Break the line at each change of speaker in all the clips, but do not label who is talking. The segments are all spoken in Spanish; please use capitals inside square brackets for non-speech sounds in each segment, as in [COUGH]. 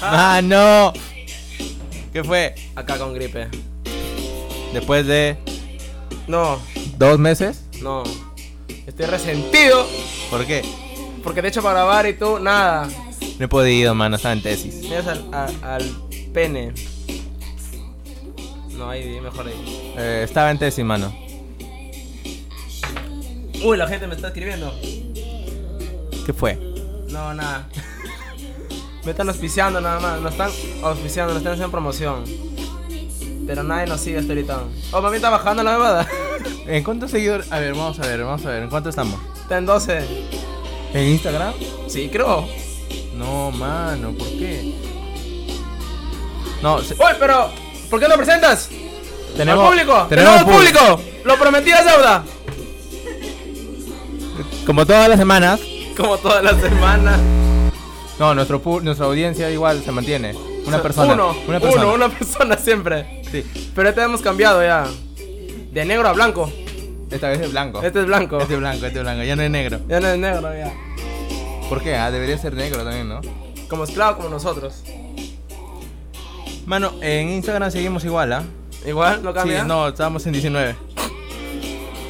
Ah, ¡Mano! ¿Qué fue?
Acá con gripe.
Después de
No,
dos meses.
no. Estoy resentido
¿Por qué?
porque te echo para grabar y tú nada.
No he podido, mano. Estaba en tesis.
Miras al, a- al pene. No, ahí di, mejor ahí.
Eh, estaba en tesis, mano.
Uy, la gente me está escribiendo.
¿Qué fue?
No, nada. [LAUGHS] Me están auspiciando nada más. Nos están auspiciando, nos están haciendo promoción. Pero nadie nos sigue hasta ahorita. Oh, mami está bajando la bebada. [LAUGHS]
¿En cuántos seguidores? A ver, vamos a ver, vamos a ver. ¿En cuánto estamos?
Está en 12.
¿En Instagram?
Sí, creo.
No, mano, ¿por qué? No, se-
Uy, pero. ¿Por qué no presentas?
tenemos
¡Al público!
Tenemos público.
público! ¡Lo prometí a deuda!
Como todas las semanas.
Como todas las semanas.
No, nuestro pu- nuestra audiencia igual se mantiene. Una persona.
Uno,
una persona.
Uno, una persona siempre.
Sí,
Pero este hemos cambiado ya. De negro a blanco.
esta vez es blanco.
Este es blanco.
Este es blanco, este es blanco. Ya no es negro.
Ya no es negro, ya.
¿Por qué? Ah, debería ser negro también, ¿no?
Como esclavo, como nosotros.
Mano, en Instagram seguimos igual, ¿ah?
Igual, no
Sí,
cambia.
no, estábamos en 19.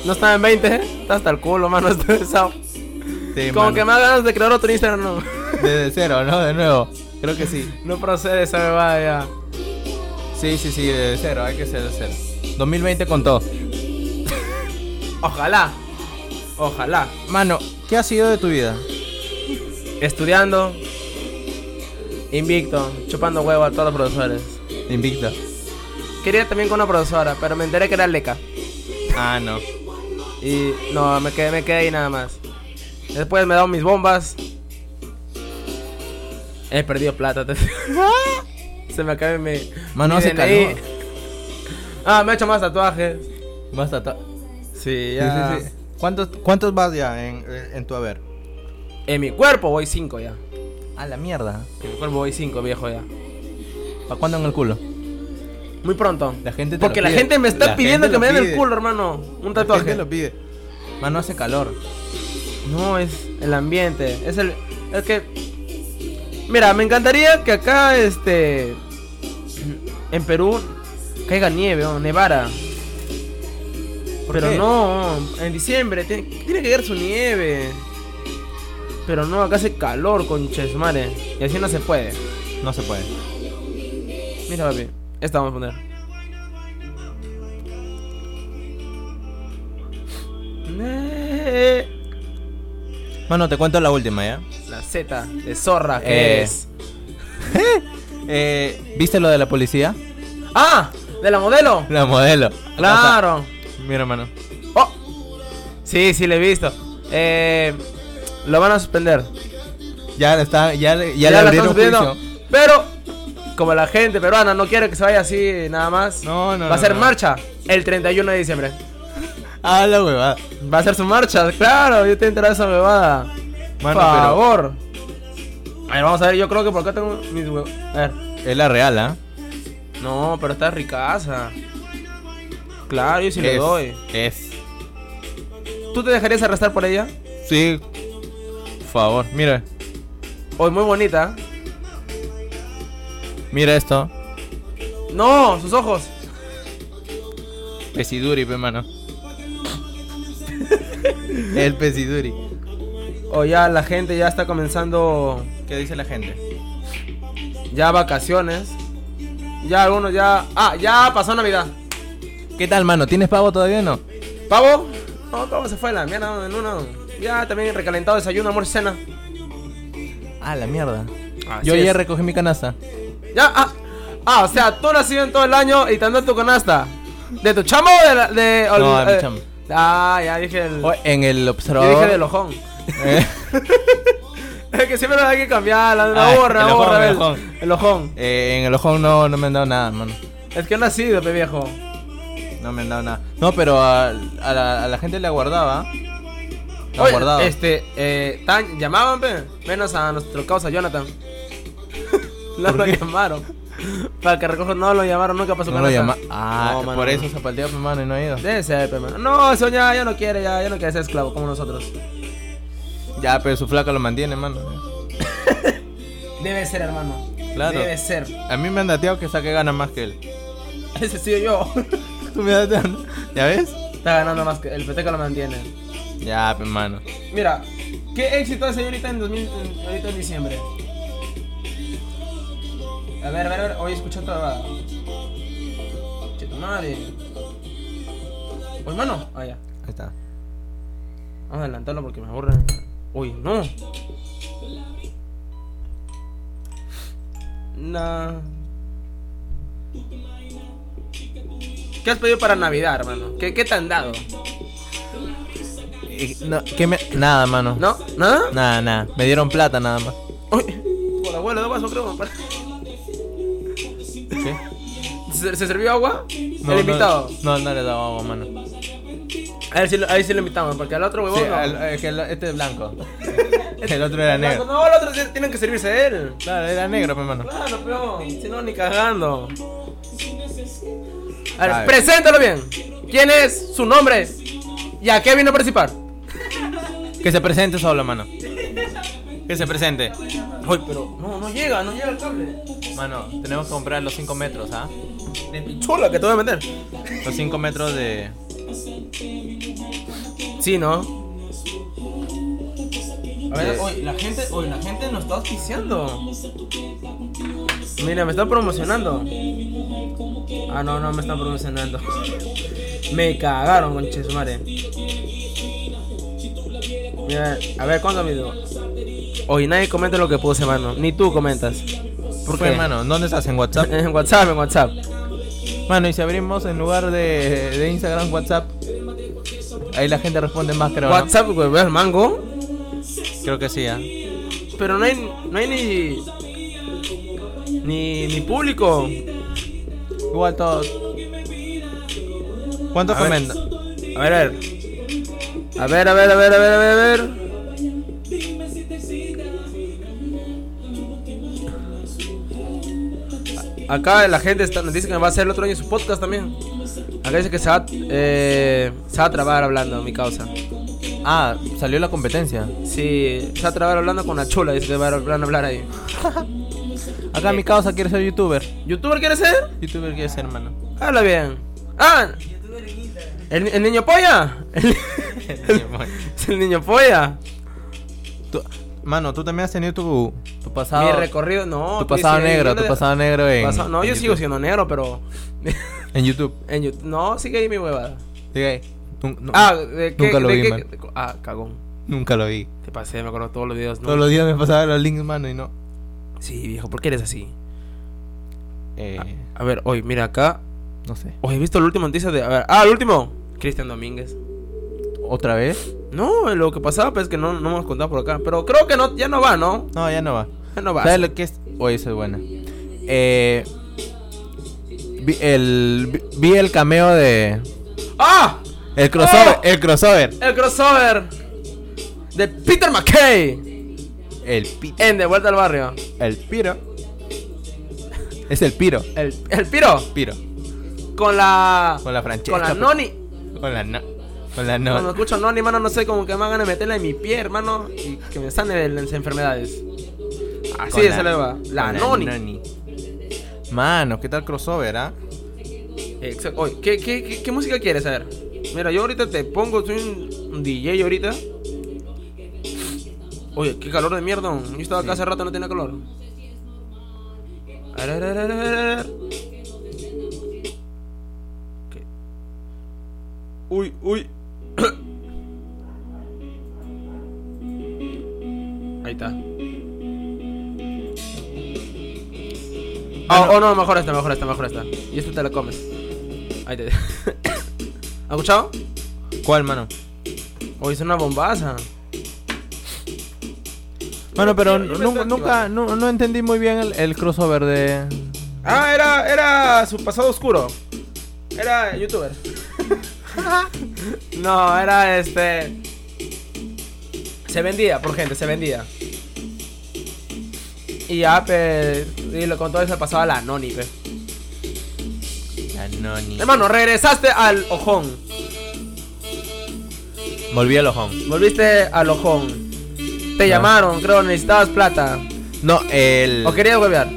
No está en 20, ¿eh? Está hasta el culo, mano. Está besado.
Sí,
Como
mano.
que me da ganas de crear otro Instagram, no. [LAUGHS]
Desde cero, ¿no? De nuevo. Creo que sí.
No procede esa bebada ya.
Sí, sí, sí, desde cero. Hay que ser de cero. 2020 con todo.
Ojalá. Ojalá.
Mano, ¿qué ha sido de tu vida?
Estudiando. Invicto. Chupando huevo a todos los profesores.
Invicta.
Quería ir también con una profesora, pero me enteré que era leca.
Ah, no.
Y no, me quedé, me quedé ahí nada más. Después me he dado mis bombas. He perdido plata. te-
[LAUGHS]
Se me acabó mi.
Mano,
mi
hace
DNI.
calor.
Ah, me he hecho más tatuajes.
Basta. ta-
Sí,
Sí,
ya.
sí, sí. ¿Cuántos, ¿Cuántos vas ya en, en tu haber?
En mi cuerpo voy 5 ya.
A la mierda.
En mi cuerpo voy 5, viejo ya.
¿Para cuándo en el culo?
Muy pronto.
La gente te
Porque
lo
la
pide.
gente me está
La
pidiendo
gente
que
lo
me den el
pide.
culo, hermano. Un
La gente
tatuaje.
lo pide. Mano, hace calor.
No, es el ambiente. Es el. Es que. Mira, me encantaría que acá, este. En Perú caiga nieve o nevara.
¿Por
Pero
qué?
no, en diciembre tiene, tiene que caer su nieve. Pero no, acá hace calor, conches, madre. Y así no se puede.
No se puede.
Mira, papi. Esta vamos
[LAUGHS]
a poner. Ne-
Mano, te cuento la última, ¿ya?
La Z de zorra que
Eh.
es.
Eh, ¿Viste lo de la policía?
¡Ah! ¡De la modelo!
La modelo.
¡Claro!
Mira, mano.
¡Oh! Sí, sí, le he visto. Eh, lo van a suspender.
Ya le está, ya le, ya le
la
abrieron
están
juicio.
suspendiendo, Pero, como la gente peruana no quiere que se vaya así nada más,
No, no,
va a
no,
ser
no.
marcha el 31 de diciembre.
Ah, la huevada.
Va a ser su marcha, claro. Yo te he enterado de esa bebada.
Mano, pero
Por favor. A ver, vamos a ver. Yo creo que por acá tengo mis huevos. A ver.
es la real, ¿ah?
No, pero está ricaza. Claro, yo sí le
es,
doy.
Es.
¿Tú te dejarías arrastrar por ella?
Sí. Por favor, mira.
Hoy Oh, muy bonita.
Mira esto.
No, sus ojos.
Pesiduri, pe,
[LAUGHS]
mano. El pesiduri.
O Oh, ya la gente ya está comenzando
¿Qué dice la gente?
ya vacaciones. Ya algunos ya. Ah, ya pasó Navidad.
¿Qué tal, mano? ¿Tienes pavo todavía o no?
¿Pavo? No, Pavo se fue a la mierda en uno. Ya también recalentado desayuno, amor, cena.
Ah, la mierda.
Así
Yo ya
es.
recogí mi canasta.
Ya, ah. Ah, o sea, tú no has ido en todo el año y te andó tu canasta. ¿De tu chamo o de.? la- de o-
No, de mi
eh,
chamo.
Ah, ya dije el.
O- en el
Yo
observador.
dije del ojón.
Eh,
Es que siempre lo hay que cambiar, la, la
Ah,
borra,
el
la
ojón,
borra,
el
el,
ojón.
el ojón.
[LAUGHS] eh, en el ojón no, no me han dado nada, mano.
Es que no ha sido, pe viejo.
No me han dado nada. No, pero a, a la, a la gente le guardaba. La
Oye,
guardaba.
Este, eh, tan, llamaban, pe, menos a nuestro causa Jonathan. [LAUGHS] no lo llamaron. Para que recojo, no lo llamaron nunca para su
No lo
canasta.
llama. Ah,
No, mano,
por
no.
eso se palteó, pues, mano, y no ha ido.
Debe ser, pe, mano. No, eso ya, ya no quiere, ya, ya no quiere ser esclavo como nosotros.
Ya, pero su flaca lo mantiene, mano.
Debe ser, hermano.
Claro.
Debe ser. [LAUGHS]
A mí me han dateado que saque gana más que él. [LAUGHS]
Ese sí yo. [LAUGHS]
Tú me datean. ¿Ya ves?
Está ganando más que el peteco lo mantiene.
Ya, pe, mano.
Mira, ¿qué éxito hace ahorita en, 2000, en- ahorita en diciembre? A ver, a ver, a ver, hoy escucho toda. Che, tu madre. Uy, mano. Ah, ya.
Ahí está.
Vamos a adelantarlo porque me aburre. Uy, no. No. ¿Qué has pedido para Navidad, hermano? ¿Qué, qué te han dado?
Eh, no, ¿qué me... Nada, mano.
¿No? ¿Nada?
Nada, nada. Me dieron plata nada más.
Uy, por abuelo, de vaso creo. para-
¿Qué?
¿Se, se servió agua?
[LAUGHS] No,
el invitado.
No, no, no le daba agua, mano.
A ver si lo, ahí sí lo invitamos, porque al otro huevón.
Sí,
no.
al- eh, que el- este es [LAUGHS] blanco. el otro era negro.
Blanco, No, al otro sí tienen que servirse él.
Claro, era negro, pe, mano.
Claro, peón. Si no, ni cagando. A ver,
A ver.
preséntalo bien. ¿Quién es? ¿Su nombre? ¿Y a qué vino a participar?
Que se presente solo, mano. Que se presente.
Uy, pero no, no llega, no llega el cable.
Mano, tenemos que comprar los 5 metros, ¿ah?
Chula, que te voy a meter.
Los 5 metros de.
Sí, ¿no? A ver,
Sí.
hoy la gente, hoy la gente nos está auspiciando. Mira, me están promocionando. Ah, no, no me están promocionando. [LAUGHS] Me cagaron con Chesmare. Mira, a ver, ¿cuánto video? Hoy nadie comenta lo que puse, mano. Ni tú comentas.
¿Por qué, mano? ¿Dónde estás? ¿En WhatsApp?
[LAUGHS] En WhatsApp, en WhatsApp.
Mano, y si abrimos en lugar de, de Instagram, WhatsApp. Ahí la gente responde más, creo. ¿no?
WhatsApp, güey, ¿ves el mango?
Creo que sí, ¿ah?
Pero no hay, no hay ni, ni. ni público.
Igual todo. ¿Cuánto
A ver.
comenta?
A ver, a ver. A ver, a ver, a ver, a ver, a ver, a ver. A- Acá la gente está- nos dice que va a hacer el otro año su podcast también. Acá dice que se va, eh, se va a trabar hablando, mi causa.
Ah, salió la competencia.
Sí, se va a trabar hablando con la chula, dice que van a van a hablar ahí.
Acá mi causa quiere ser youtuber.
¿Youtuber quiere ser?
Youtuber quiere ser, mano.
Habla bien. ¡Ah! ¿El, el niño polla? [LAUGHS] ¿El, [LAUGHS] el niño polla?
Tú- mano, tú también has tenido tu, tu pasado.
Mi recorrido, no.
tu
pues, tú
pasado
dices,
negro,
yo
tu
le-
pasado negro en.
Pasado- no,
en
yo sigo
YouTube.
siendo negro, pero.
En YouTube.
en YouTube- No, sigue ahí mi huevada.
Diga ahí. Nun- nu-
Ah, ¿de qué?
Nunca lo
de
vi,
qué-
man.
Ah, cagón.
Nunca lo vi.
Te pasé, me acuerdo todos los videos. ¿no?
Todos los días me pasaba los links, mano, y no.
Sí, viejo, ¿por qué eres así?
Eh,
A ver, hoy, mira acá.
no sé.
Oye, ¿he visto la última noticia de.? A ver, ah, el último. Cristian Domínguez.
¿Otra vez?
No, lo que pasaba, pues que no, no hemos contado por acá. Pero creo que no, ya no va, ¿no?
No, ya no va.
Ya no va.
¿Sabes lo que es? Oye, eso es buena. Eh, vi, el, vi- vi el cameo de.
¡Ah!
El crossover,
¡Oh!
el crossover.
El crossover de Peter McKay
El pi-
en De Vuelta al Barrio.
El piro. Es el piro.
El, el Piro
Piro.
con la.
Con la Francesca.
Con la
pe-
Noni.
Con la no. Con la no.
Cuando escucho Noni, hermano, no sé, como que me van a meterla en mi pie, hermano, y que me sane de las enfermedades. Así
Con
de se Ah, le va.
con
La Noni.
Mano, ¿qué tal crossover, ah?
Exacto. Oye, ¿qué, qué, qué, qué música quieres? A ver. Mira, yo ahorita te pongo, soy un, un DJ ahorita. Oye, qué calor de mierda. Yo estaba acá hace rato, no tenía calor. A ver, a ver, a ver, a ver, a ver. ¿Qué? Uy, uy. [COUGHS] Ahí está. Ah,
Bueno.
oh, no, mejor esta, mejor esta, mejor esta. Y esta te la comes. Ahí te. [COUGHS] ¿Has escuchado?
¿Cuál, mano?
Oye, es una bombaza.
Mano, pero
Yo- yo me
nu-
estoy
nunca, nu- no entendí muy bien el, el crossover de.
Ah, era, era su pasado oscuro. Era youtuber. [LAUGHS] no, era este. Se vendía por gente, se vendía. Y ya, pe, y lo contó eso pasaba la Noni, pe.
La Noni.
Hermano, regresaste al ojón.
Volví al ojón.
Volviste al ojón. Te
Ah.
llamaron, creo, necesitabas plata.
No, el.
O querías huevear.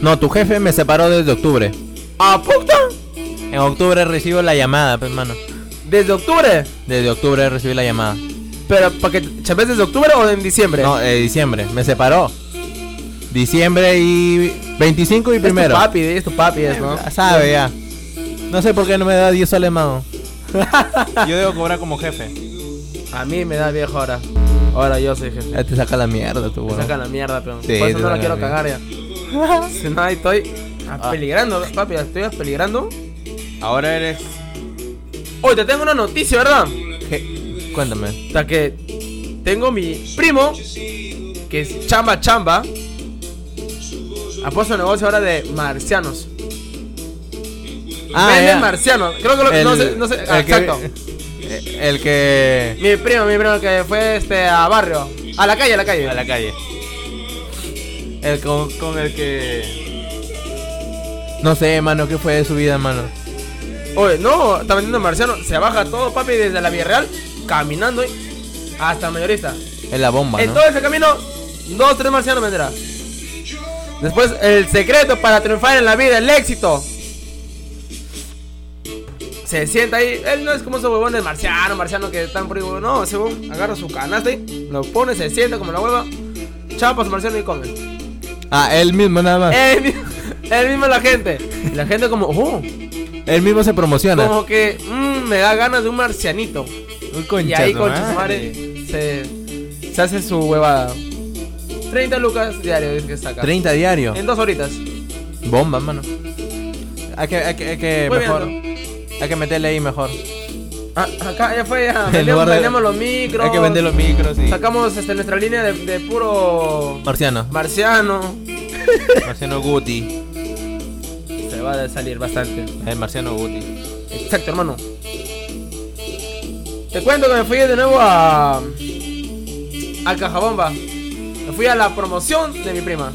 No, tu jefe me separó desde octubre.
¡Ah, puta!
En octubre recibo la llamada, pues, mano.
Desde octubre.
Desde octubre recibí la llamada.
Pero, ¿para que chapes desde octubre o en diciembre?
No, eh, diciembre. Me separó. Diciembre y 25 y
es tu
primero.
papi, es tu papi, es, ¿no?
Ya Sabe ya. No sé por qué no me da 10 soles más. [LAUGHS] Yo debo cobrar como jefe.
A mí me da viejo ahora. Ahora yo soy jefe.
Ya te saca la mierda, tú,
Me
weón.
saca la mierda, pero
Sí,
por eso
te
no la
saca
quiero
la Ah.
cagar ya. Si no, ahí estoy peligrando, papi, estoy peligrando.
Ahora eres.
Hoy te tengo una noticia, ¿verdad?
Je- Cuéntame.
Hasta que tengo mi primo, que es chamba chamba. Ha puesto negocio ahora de marcianos. Vende
Ah, ya.
marcianos. Creo que lo no sé, no sé. ah,
el que-
exacto.
eh, el que.
Mi primo, mi primo que fue este a barrio. A la calle, a la calle.
A la calle.
El con,
Con el que.
no sé, mano, ¿qué fue de su vida, mano?
Oye, no, está vendiendo marcianos. Se baja todo, papi, desde la Villarreal, caminando y- hasta mayorista.
Es la bomba, ¿no?
En todo ese camino, dos, tres marcianos vendrá. Después, el secreto para triunfar en la vida, el éxito. Se sienta ahí. Él no es como esos huevones marcianos, marcianos que están por ahí. huevón. No, ese huevón agarra su canasta y lo pone, se sienta como la hueva. Chapa su marciano y come.
Ah, él mismo nada más.
Él mismo, él mismo la gente. Y la gente, como, oh,
Él mismo se promociona.
como que mm, me da ganas de un marcianito.
Un concha
y ahí
su
con
madre.
su madre se, se hace su huevada. 30 lucas diario es que saca.
30 diarios.
En dos horitas.
Bomba, mano. Hay que, hay que, hay que
Muy
mejor.
bien,
Hay que meterle ahí mejor.
Ah, acá ya fue,
[LAUGHS]
ya.
En
Vendemos,
lugar de-
vendemos los micros.
Hay que vender los micros y.
Sacamos este, nuestra línea de, de puro
Marciano.
marciano.
Marciano Guti.
Se va a salir bastante.
El Marciano Guti.
Exacto, hermano. Te cuento que me fui de nuevo a. a Cajabomba. Me fui a la promoción de mi prima.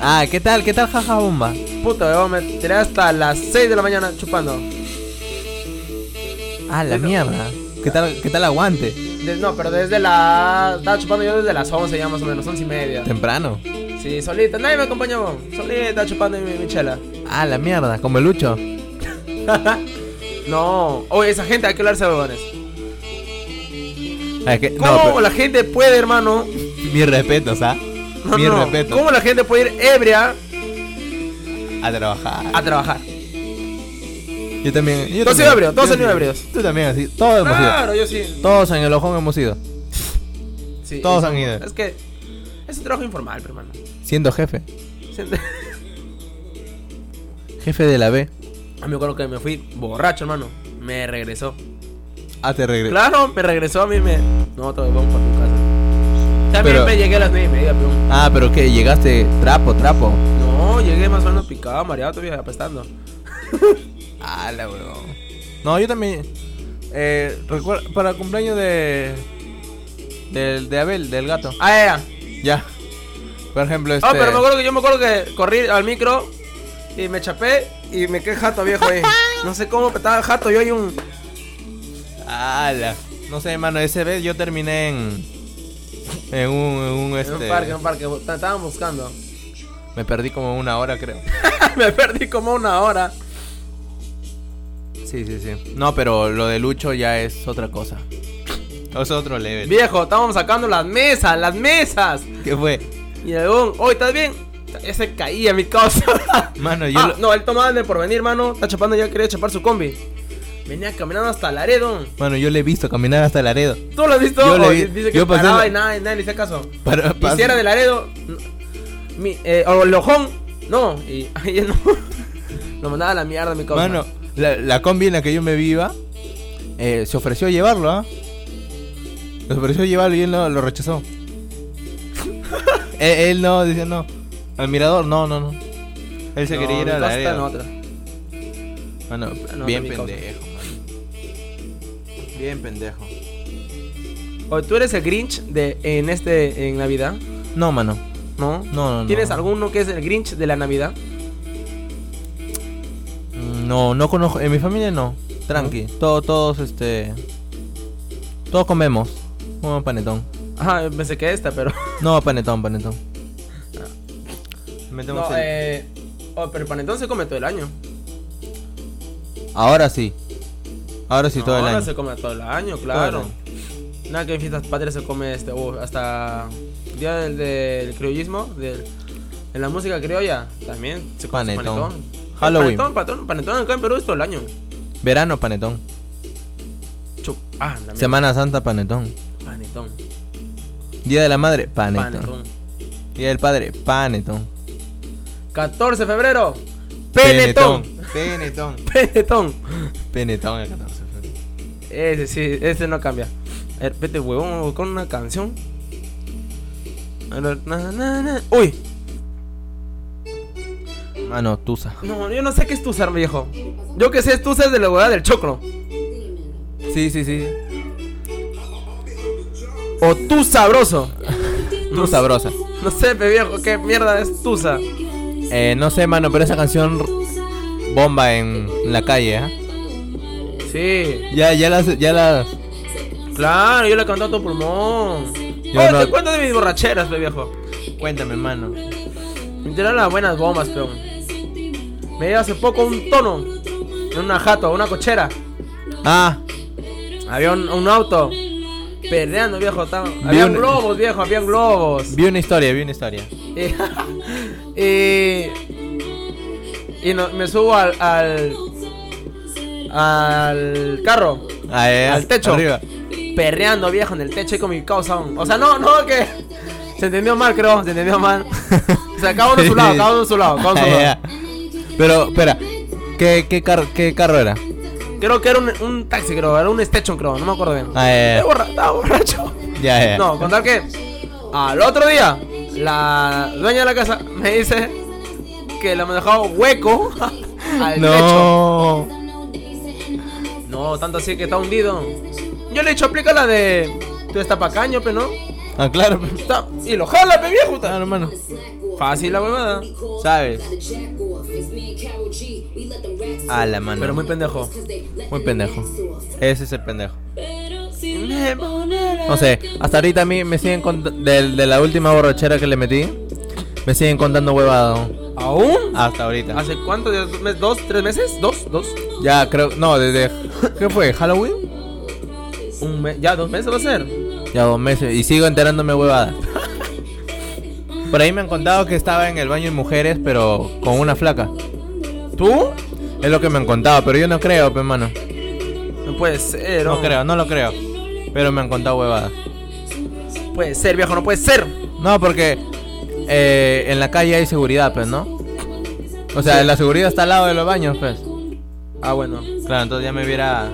Ah, ¿qué tal? ¿Qué tal, jaja bomba?
Puta, weón, me tiré hasta las 6 de la mañana chupando.
Ah, la
Eso.
mierda. ¿Qué tal, qué tal aguante?
De- no, pero desde la. Estaba chupando yo desde las 11 ya más o menos, 11 y media.
Temprano.
Sí, solita, nadie me acompañó. Solita chupando mi, mi chela.
Ah, la mierda. Como el Lucho.
No, oye, esa gente hay que hablarse, huevones.
Ah, que-
¿Cómo
no, pero- ¿ah?
la gente puede, hermano?
Mi respeto, ¿sabes?
No,
Mi
no.
respeto.
¿Cómo la gente puede ir ebria
A trabajar.
a trabajar?
Yo también. Yo
Todos
también.
ebrios, todos
Yo
han ido
también.
ebrios. Ah.
Tú también, así. Todos hemos ido.
Claro, yo sí.
Todos en el ojón hemos ido.
Sí,
Todos
es-
han ido.
Es que es un trabajo informal, pero, hermano.
Siendo jefe.
[LAUGHS] Siente-
Jefe de la B.
Ah, Me acuerdo que me fui borracho, hermano. Me regresó.
Ah, te regreso.
Claro, me regresó a mí. Me... No, todavía vamos para tu casa. También
Pero-
me llegué a las 9 y media, pero.
Ah, pero que llegaste trapo, trapo.
No, llegué más o menos picado, mareado, todavía apestando.
Ah, la weón. No, yo también. Eh, recuer- para el cumpleaños de. Del, de Abel, del gato.
Ah, ya, ya.
Ya. Por ejemplo, este.
Ah, pero me acuerdo que yo me acuerdo que corrí al micro y me chapé y me quedé jato viejo
[LAUGHS]
ahí. No sé cómo pero estaba jato yo y un.
Ah, la- No sé, mano, ese vez yo terminé en. En un. En un,
En
este,
un parque, en un parque, bo- ta- estaban buscando.
[LAUGHS] Me perdí como una hora, creo.
me perdí como una hora.
Sí, sí, sí. No, pero lo de Lucho ya es otra cosa.
Es otro level.
Viejo, estábamos sacando las mesas, las mesas.
¿Qué fue?
Y el un, hoy estás bien. Ese caía mi [LAUGHS] cosa.
Mano, yo.
Ah,
lo-
No, él tomaba el de porvenir, mano. Está chapando, ya quería chapar su combi. Venía caminando hasta Laredo.
Mano, yo le he visto caminar hasta Laredo.
¿Tú lo has visto?
Yo le
Oh,
vi-
dice que
yo pasé
paraba
la-
y nada, y nadie le hacía caso.
Para,
Y
para-
si era de Laredo, no. mi, eh, o Lojón, no, y [LAUGHS] ahí no. Lo mandaba a la mierda, mi causa.
Mano, la, la combi en la que yo me viva eh, se ofreció a llevarlo, ¿ah? Se ofreció a llevarlo y él no, lo
[LAUGHS]
rechazó. él, él no, dice no. Al mirador, no, no, no.
Él se
No,
quería ir a
mi
la
causa está en
Laredo.
otra.
Mano,
no,
bien
mi causa.
pendejo. mano. Bien pendejo.
O tú eres el Grinch de en este en Navidad,
No, mano.
¿no?
No, no, no.
¿Tienes alguno que es el Grinch de la Navidad?
Mm, No, no conozco. En mi familia no. Tranqui. Todos, todos, este. Todos comemos. Comemos panetón.
Ajá, pensé que esta, pero
No, panetón, panetón.
Metemos
[LAUGHS] no,
el-
eh Oh, pero para entonces come todo el año.
Ahora sí. Ahora sí,
No,
todo el
ahora
año.
se come todo el año, claro.
Todo
Nada que en fiestas patrias se come este, uh, hasta el día del, del criollismo, del, de la música criolla, también se come su
Panetón.
El
Halloween.
Panetón, patón- panetón acá en Perú es todo el año.
Verano, panetón.
Chup, ah, la mierda.
Semana Santa, panetón.
Panetón.
Día de la Madre, panetón.
Panetón.
Día del Padre, panetón.
14 de febrero. Penetón.
Penetón.
Penetón. [LAUGHS]
Penetón el 14 de febrero.
Ese sí, ese no cambia. A ver, vete, huevón, vamos a buscar una canción. A ver, na, na, na. Uy,
Mano, Tusa.
no, yo no sé qué es tuzar, viejo. Yo que sé, es tuzar de la huevada del choclo.
Sí, sí, sí.
O tú sabroso.
Tú sabrosa.
No sé, pe viejo, qué mierda es tusa.
Eh, no sé, mano, pero esa canción r- bomba en la calle, ¿ah?
Sí,
Ya, ya las, ya las.
claro, yo le he cantado a tu pulmón.
Yo
Oye,
no-
te cuento de mis borracheras, pe viejo.
Cuéntame, mano.
Me tiraron las buenas bombas, peón. Me dio hace poco un tono en una jato, una cochera.
Ah,
Había un, un auto peleando, viejo. estaba-
Vi
Habían
un-
globos, viejo, habían globos.
vi una historia, vi una historia.
Eh, [LAUGHS] Y, y, eh, y no- me subo al, al, al carro,
Ah, eh,
Al
as-
techo.
Arriba.
perreando, viejo, en el techo y con mi causa. aún. O sea, no, no, que se entendió mal, creo, se
[LAUGHS]
entendió mal. [LAUGHS] O sea, cada uno a su lado, cada uno a su lado, cada uno a su
Ah, [LAUGHS]
lado.
ya. Pero, espera. ¿Qué, qué, car- qué carro era?
Creo que era un, un taxi, creo, era un station, creo, no me acuerdo bien.
Ah, ya,
Estaba borra- estaba borracho.
ya, ya, ya.
No, contar que al otro día la dueña de la casa me dice que lo manejaba hueco [LAUGHS] al techo.
No.
No, tanto así que está hundido. Yo le he dicho, aplica la de tú estás pacaño, pero no.
Ah, claro. pe.
Está- Y lo jala, pe viejo.
Claro,
está.
hermano.
Fácil la huevada.
¿Sabes? A Ah, la mano.
Pero muy pendejo.
muy pendejo. Ese es el pendejo.
No
No sé, hasta ahorita a mí me siguen contando. De, la última borrachera que le metí, me siguen contando huevado.
¿Aún?
Hasta ahorita.
¿Hace cuánto? ¿Dos, mes- dos, tres meses? ¿Dos? ¿Dos?
Ya, creo. No, desde. ¿Qué fue? ¿Halloween?
Un mes, ya dos meses va a ser.
Ya dos meses. Y sigo enterándome huevadas. Por ahí me han contado que estaba en el baño de mujeres, pero con una flaca.
¿Tú?
Es lo que me han contado, pero yo no creo, pe mano.
No puede ser.
No creo, no lo creo. Pero me han contado huevadas.
Puede ser, viejo, no puede ser.
No, porque eh, en la calle hay seguridad, pues, ¿no? O sea, la seguridad está al lado de los baños, pues.
Ah, bueno.
Claro, entonces ya me viera.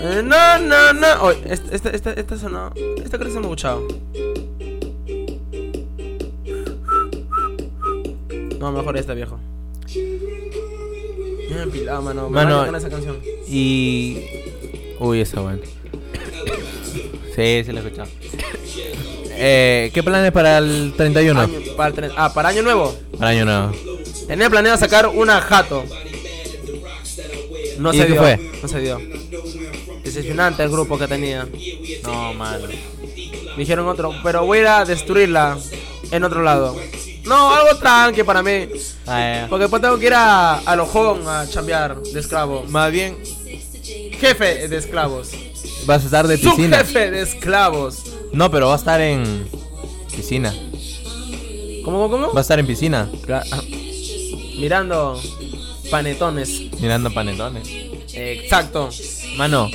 Eh, No, no, no. Oh, esta, esta, esta, esta sonó. Esta creo que se me ha escuchado. No, mejor esta, viejo. Ya me he empilado, mano. Me
Mano,
baño con esa canción.
Y. Uy, esa buena. Sí, se la he escuchado. Eh, ¿Qué planes para el 31?
Año- para el tre- ah, para año nuevo.
Para año nuevo.
Tenía planeado sacar una jato. No
¿Y
se
qué
dio.
fue?
No se dio. Decepcionante el grupo que tenía.
No, mano.
Dijeron otro, pero voy a ir a destruirla en otro lado. No, algo tranqui para mí. Porque después tengo que ir a, a Lojón a chambear de esclavo.
Más bien,
Jefe de esclavos.
vas a estar de piscina.
Subjefe de esclavos.
No, pero va a estar en. Piscina.
¿Cómo, cómo,
Va a
cómo?
estar en piscina,
Cla- ah, Mirando panetones.
mirando panetones.
Exacto.
Mano,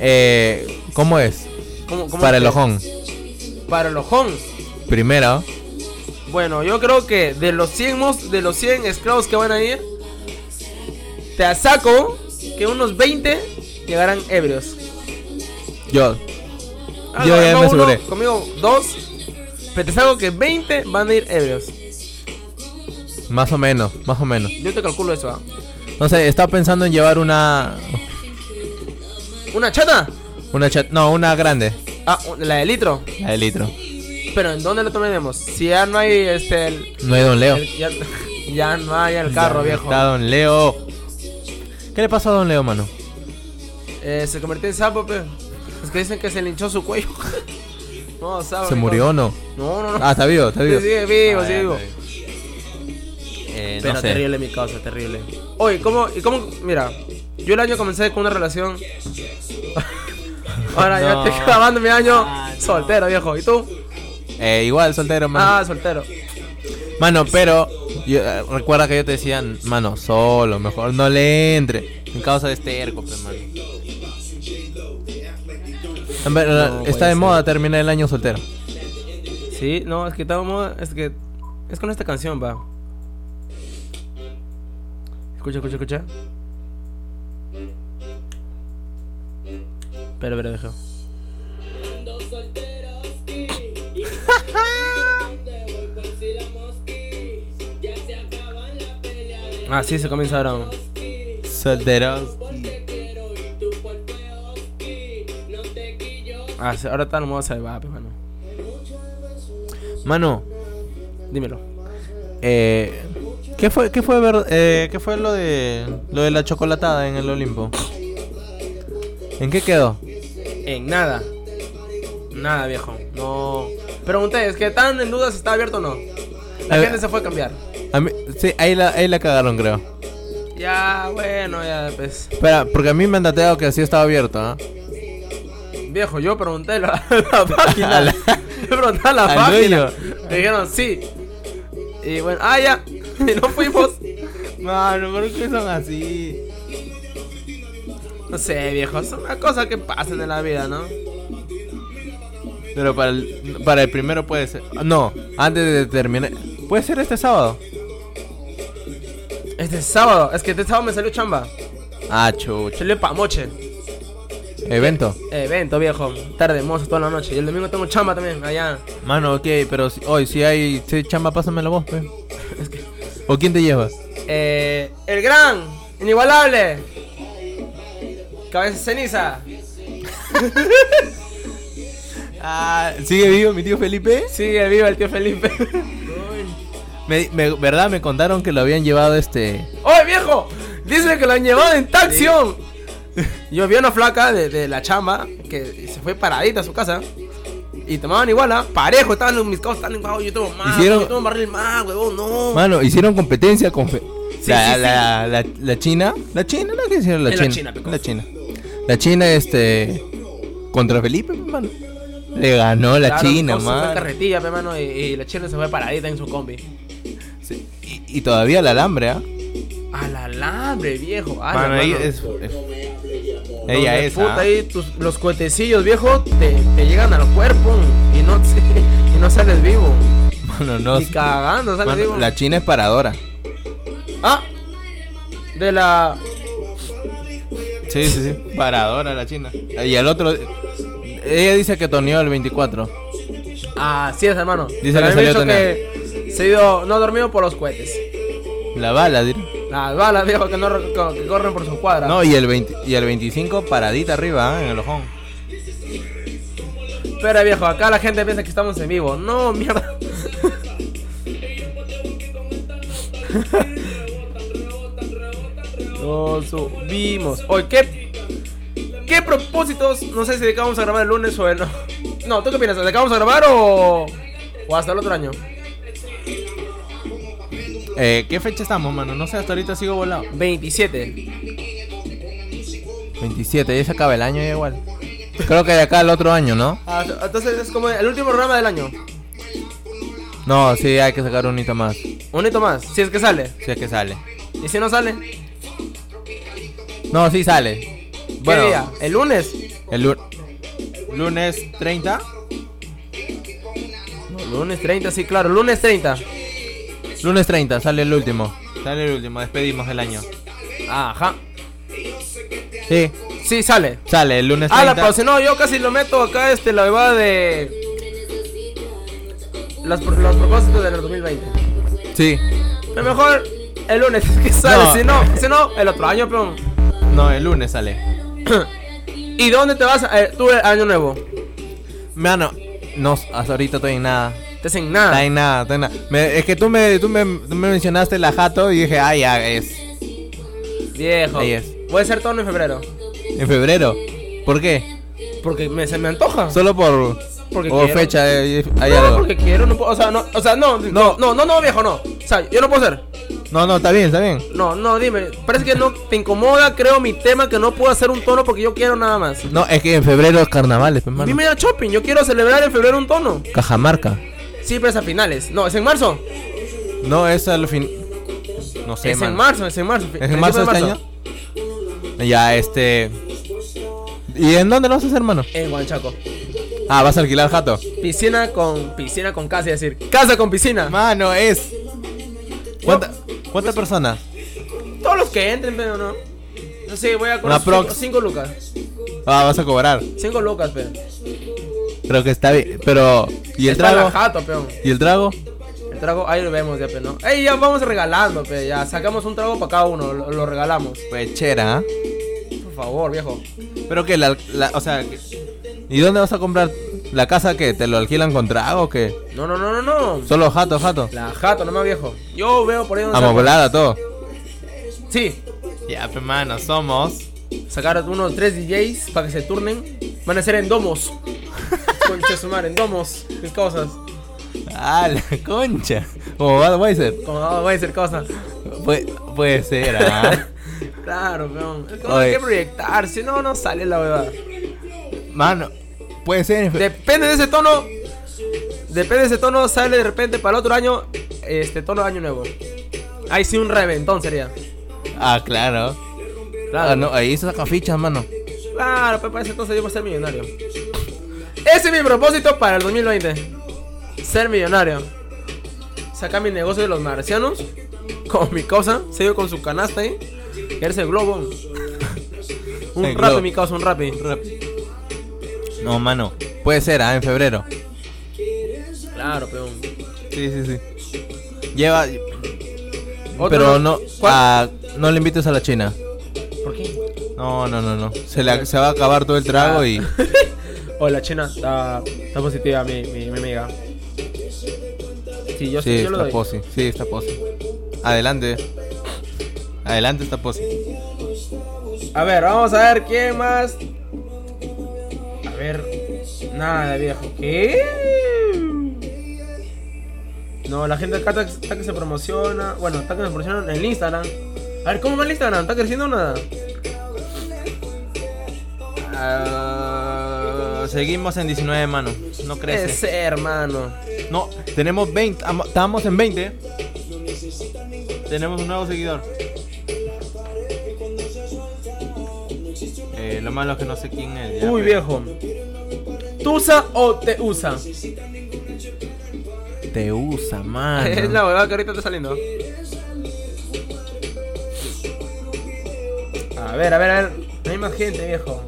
eh, ¿cómo es?
¿Cómo- cómo
Para
es
el
que-
ojón.
Para el ojón.
Primero.
Bueno, yo creo que de los 100, mos- de los 100 esclavos que van a ir, te saco que unos 20 llegarán ebrios.
Yo.
Ah,
Yo
no,
ya
no,
me
uno,
aseguré.
Conmigo dos. Pero te saco que 20 van a ir ebrios.
Más o menos, más o menos.
Yo te calculo eso, ¿ah?
No sé, estaba pensando en llevar una.
¿Una chata?
Una chat. No, una grande.
Ah, un- la de litro.
La de litro.
Pero ¿en dónde lo tomaremos? Si ya no hay este. el-
No hay Don Leo.
el- ya, [LAUGHS] ya no hay el carro, viejo.
Está Don Leo. ¿Qué le pasó a Don Leo, mano?
Eh, se convirtió en sapo, pero. Es que dicen que se le hinchó su cuello. [LAUGHS] no, sapo.
¿Se
viejo.
murió o no?
No, no, no.
Ah, está vivo, está
Sí,
vivo.
sigue vivo,
Ah, ya,
sigue vivo.
está vivo. Eh,
Pero
no sé.
terrible mi causa, terrible. Oye, ¿cómo, y cómo? Mira, yo el año comencé con una relación. [LAUGHS] Ahora ya
No.
estoy acabando mi año
Ah, no.
soltero, viejo. ¿Y tú?
Eh, igual, soltero, mano.
Ah, soltero.
Mano, pero yo- eh, recuerda que yo te decía, mano, solo, mejor no le entre. En causa de este erco, pues, mano. En verdad,
No,
está
puede
de
ser.
moda terminar el año soltero.
Sí, no, es que estamos. Es que. Es con esta canción, va. Escucha, escucha, escucha. Pero, pero, viejo. Así Ah, se comienza ahora.
Solteros.
Ah, sí, ahora está pues en modo salvaje, mano.
Mano,
Dímelo.
eh, ¿qué fue, qué fue, ver- eh, qué fue lo de, lo de la chocolatada en el Olimpo? ¿En qué quedó?
En nada. Nada, viejo. No. Pregunté, es que están en duda si está abierto o no. La
A ver.
gente se fue a cambiar.
A mí- sí, ahí la, ahí la cagaron, creo.
Ya, bueno, ya, pues.
Espera, porque a mí me han dateado que así estaba abierto, ¿ah?
Viejo, yo pregunté la, [LAUGHS] la página.
A la-
Yo pregunté a la
al
página.
dueño.
Me dijeron sí. Y bueno, ah, ya. [LAUGHS] Y no fuimos.
Mano, ¿por qué son así?
No sé, viejo. Es una cosa que pasa en la vida, ¿no?
Pero para el, para el primero puede ser. Ah, No, antes de terminar. ¿Puede ser este sábado?
Este sábado, es que este sábado me salió chamba.
Ah, chucha.
Salió pamoche.
Evento.
Evento, viejo. Tarde, mozo, toda la noche. Y el domingo tengo chamba también, allá.
Mano, ok, pero si- hoy si hay si hay chamba, pásamela vos, pe. ¿O quién te llevas?
Eh, el gran, inigualable. Cabeza de ceniza.
Ah, ¿Sigue vivo mi tío Felipe?
Sigue viva el tío Felipe. [LAUGHS]
Me, me- ¿Verdad? Me contaron que lo habían llevado este.
¡Oye, viejo! Dicen que lo han llevado en taxión. Yo vi a una flaca de, de la chamba que se fue paradita a su casa. Y tomaban iguala, parejo, estaban los mis cosas, estaban igual, yo tomo más,
Hicieron-
yo tomo barril más, huevón, no.
Mano, hicieron competencia con. Fe-
Sí,
la,
sí,
la, la, la China. La China, la que hicieron la
Es la
China.
China, pe,
la China. La China, este. Contra Felipe, pe, mano. Le ganó la
Claro,
China,
cosa, fue en
mano.
carretilla, pe, mano, y, y la china se fue paradita en su combi.
Sí, Y, y todavía el alambre, ¿ah?
Al alambre, viejo. ala,
Mano, ella
Ah, mano.
es. Ella
Donde
es.
puta,
¿ah?
ahí tus- los cohetecillos, viejo, te, te llegan al cuerpo y no, [LAUGHS] y no sales vivo.
Mano, no.
Ni cagando sales
Mano,
vivo.
la China es paradora.
Ah, de la...
Sí, sí, sí. Paradora la China. Y el otro. Ella dice que toneó el 24.
Ah, sí es, hermano.
Dice
Pero
que
a mí me
salió
dijo
tener.
que se ha ido, no ha dormido por los cohetes.
La bala, dir.
Las balas, viejo, que, no, ro- que corren por sus cuadras.
No, y el, 20 y el 25 paradita arriba, ¿ah? en el ojón.
Espera, viejo, acá la gente piensa que estamos en vivo. No, [LAUGHS] mierda. No subimos. Oye, ¿qué, ¿qué propósitos? No sé si de qué vamos a grabar el lunes o el. [LAUGHS] No, ¿tú qué piensas? ¿De qué vamos a grabar o.? O hasta el otro año.
Eh, ¿Qué fecha estamos, mano? No sé, hasta ahorita sigo volado.
27.
27, ya se acaba el año ya igual. Creo que de acá al otro año, ¿no?
Ah, entonces es como el último programa del año.
No, sí, hay que sacar un hito más. Si
Un hito más, si es que sale.
es que sale.
¿Y si no sale?
No, sí sale.
¿Qué día? ¿El lunes?
El lu- lunes 30.
No, lunes 30, sí, claro. Lunes 30.
Lunes 30, sale el último. Sale el último, despedimos el año.
Ajá.
Sí,
Sí, sale.
sale el lunes 30.
Ah, la pausa. No, yo casi lo meto acá, este, la bebada de. Los, pro- los propósitos del 2020.
Sí.
Lo mejor el lunes [LAUGHS] que sale,
No.
si no, si no, el otro año, peón.
No, el lunes sale.
[CLEARS THROAT] ¿Y dónde te vas eh, tú el año nuevo?
Mano, no, hasta ahorita estoy en nada.
Te hacen nada.
Está en nada, está en nada. Me- es que tú me, tú, me, tú me mencionaste la jato y dije, ah, ya es.
Viejo.
Ahí es.
Puede ser todo en febrero.
En febrero. ¿Por qué?
Porque me, se me antoja.
Solo por,
Porque
por
quiero.
fecha eh, hay
no,
algo.
porque quiero, no puedo. O sea, no, o sea, no, no, no, no, no, viejo, no. O sea, yo no puedo ser.
No, no, está bien, está bien.
No, no, dime. Parece que no te incomoda, creo, mi tema que no puedo hacer un tono porque yo quiero nada más.
No, es que en febrero es carnavales, pues, mano.
Dime ya shopping, yo quiero celebrar en febrero un tono.
Cajamarca.
Sí, pero es a finales. No, es en marzo.
No, es al fin. No sé,
es en
mano.
marzo, es en marzo.
¿Es en
Principio
marzo
de
de este año? Ya, este. ¿Y en dónde lo vas a hacer, hermano?
En Huanchaco.
Ah, vas a alquilar jato.
Piscina con piscina con casa, es decir, casa con piscina.
Mano, es. ¿Cuánta- ¿Cuántas personas?
Todos los que entren, pero no. No sé, voy a
Una
cinco-
prox.
cinco lucas.
Ah, vas a cobrar.
Cinco lucas, pero.
Creo que está bien. Pero. ¿Y el
Es para
trago?
la jato, peón.
¿Y el trago?
El trago, ahí lo vemos ya, pero no. Ey, ya vamos regalando, pe, ya. Sacamos un trago para cada uno, lo, lo regalamos.
Pechera, ¿ah?
Por favor, viejo.
Pero que la, la- O sea. que- ¿Y dónde vas a comprar la casa que te lo alquilan con trago o qué?
No, no, no, no, no.
Solo jato, jato.
La jato, nomás viejo. Yo veo por ahí donde
Amoblada, todo.
saco- Sí.
Ya, hermano, somos.
Sacar unos tres DJs para que se turnen. Van a ser en domos. Concha sumar, en domos. Mis cosas.
Ah, [LAUGHS] la concha. Como Bad Weiser.
Como ah, voy a decir cosas.
Puede, puede ser, ah.
Claro, peón. Es como
Oye.
hay que proyectar, si no, no sale la verdad.
[LAUGHS] Mano, puede ser.
Depende de ese tono. Depende de ese tono, sale de repente para el otro año. Este tono de año nuevo. Ahí sí un reventón sería.
Ah, claro.
Claro.
Ah, no, ahí se saca fichas, mano.
Claro, pues para ese entonces yo voy a ser millonario. Ese es mi propósito para el 2020. Ser millonario. Sacar mi negocio de los marcianos. Con mi cosa. Sigo con su canasta ahí. Que eres el globo. [LAUGHS] un
El
rap
globo.
en mi causa, un rap.
No, mano. Puede ser, ah, en febrero.
Claro, peón.
Sí, sí, sí. Lleva.
Otro
Pero
no-
no.
¿Cuál?
ah, no le invites a la China.
¿Por qué?
No, no, no, no. Se, le, se va a acabar todo el trago y.
Ah, Hola, China. Está, está positiva mi, mi, mi amiga. Sí, yo,
Sí,
sí, yo lo
está
doy.
posi. Sí, está posi. Adelante. Adelante, está posi.
A ver, vamos a ver quién más. A ver. Nada, viejo. ¿Qué? No, la gente acá está, está que se promociona. Bueno, está que se promociona en el Instagram. A ver, ¿cómo va el Instagram? ¿Está creciendo o nada?
Ah, seguimos en 19, mano. No
Puede
crece.
ser, hermano.
No, tenemos 20. am- Estamos en 20. Tenemos un nuevo seguidor. Eh, lo malo es que no sé quién es. ya, pues. pero-
Uy, viejo. ¿Tusa o te usa?
Te usa, mano.
[LAUGHS] [LAUGHS] es la huevada que ahorita está saliendo. A ver, a ver, a ver. No hay más gente, viejo.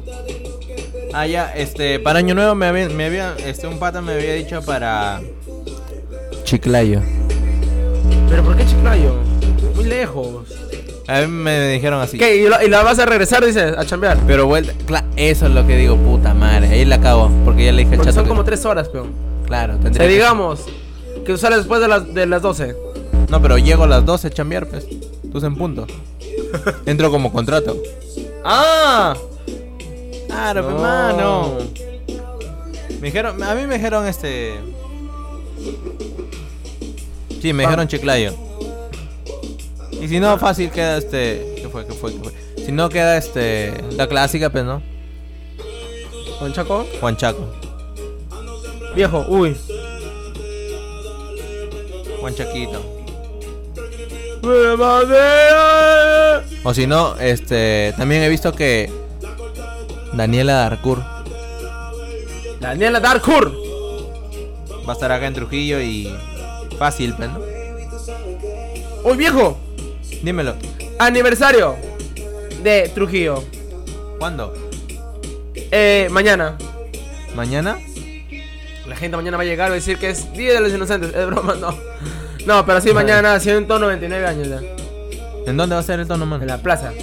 Ah, ya, este, para Año Nuevo me había, me había- este, un pata me había dicho para... Chiclayo.
¿Pero por qué Chiclayo? Muy lejos.
A mí me dijeron así.
¿Qué? ¿Y la, y la vas a regresar, dices, a chambear?
Pero vuelta, cla- eso es lo que digo, puta madre, ahí la cago, porque ya le dije al
Porque
chato
son
que-
como tres horas, peón.
Claro,
O
tendría
sea,
que-
digamos que tú sales después de las, de las 12.
No, pero llego a las 12 a chambear, pues, tú en
[LAUGHS]
punto. Entro como contrato.
¡Ah!
Claro,
No.
hermano. Me dijeron, a mí me dijeron este... Sí, me
Ah.
dijeron Chiclayo. Y si no, fácil queda este... ¿Qué fue? ¿Qué fue? ¿Qué fue? Si no queda este... La clásica, pues, ¿no?
¿Con Chaco?
Juan Chaco.
Viejo, uy.
Juan Chaquito.
¡Me madera!
O si no, este... También he visto que... Daniela Darcourt
Daniela Darkhur.
va a estar acá en Trujillo y... Fácil, pues, ¿no?
¡Uy, viejo!
Dímelo.
Aniversario de Trujillo.
¿Cuándo?
Eh, mañana.
¿Mañana?
La gente mañana va a llegar y va a decir que es Día de los Inocentes. Es broma, no. No, pero sí, mañana, 199 años ya.
¿En dónde va a ser el tono,
en
mano?
la plaza.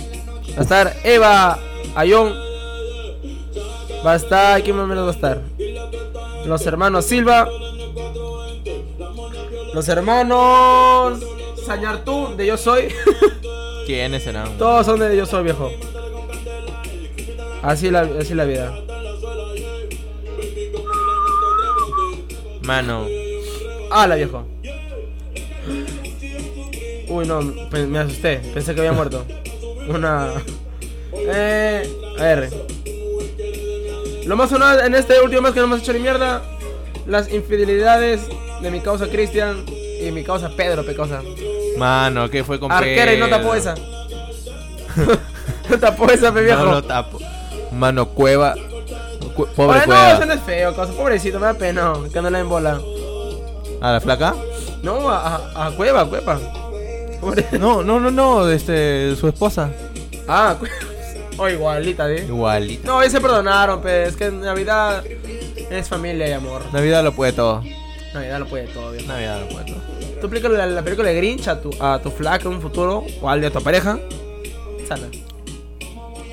Va a estar Eva Ayón. Va a estar. ¿Quién más menos va a estar? Los hermanos Silva. Los hermanos. Sañartú, de Yo Soy. [LAUGHS]
¿Quiénes serán?
Todos son de Yo Soy, viejo. Así la, así la vida.
Mano.
Ala, viejo. Uy, no, pe- me asusté. Pensé que había muerto. Una. Eh. A ver. Lo más sonado en este último mes que no hemos hecho ni mierda. Las infidelidades de mi causa Cristian y mi causa Pedro Pecosa.
Mano, ¿qué fue con
Arquera y no
Pedro?
tapó esa. [LAUGHS] no tapó esa, pe viejo.
No lo tapo. Mano, cueva. Cu- pobre
Oye, no,
cueva.
eso no es feo, cosa. Pobrecito, me da pena que no la en bola.
¿A la flaca?
No, a, a, a cueva, a cueva. Pobre-
No, no, no, no, este, su esposa.
Ah, cue- o igualita, ¿eh?
Igualita.
No, ahí se perdonaron, pero es que Navidad es familia y amor.
Navidad lo puede todo.
Navidad lo puede todo, bien.
Navidad lo puede todo.
Tú explícale la, la película de Grinch a tu, a tu flaca en un futuro o al de tu pareja. Sana.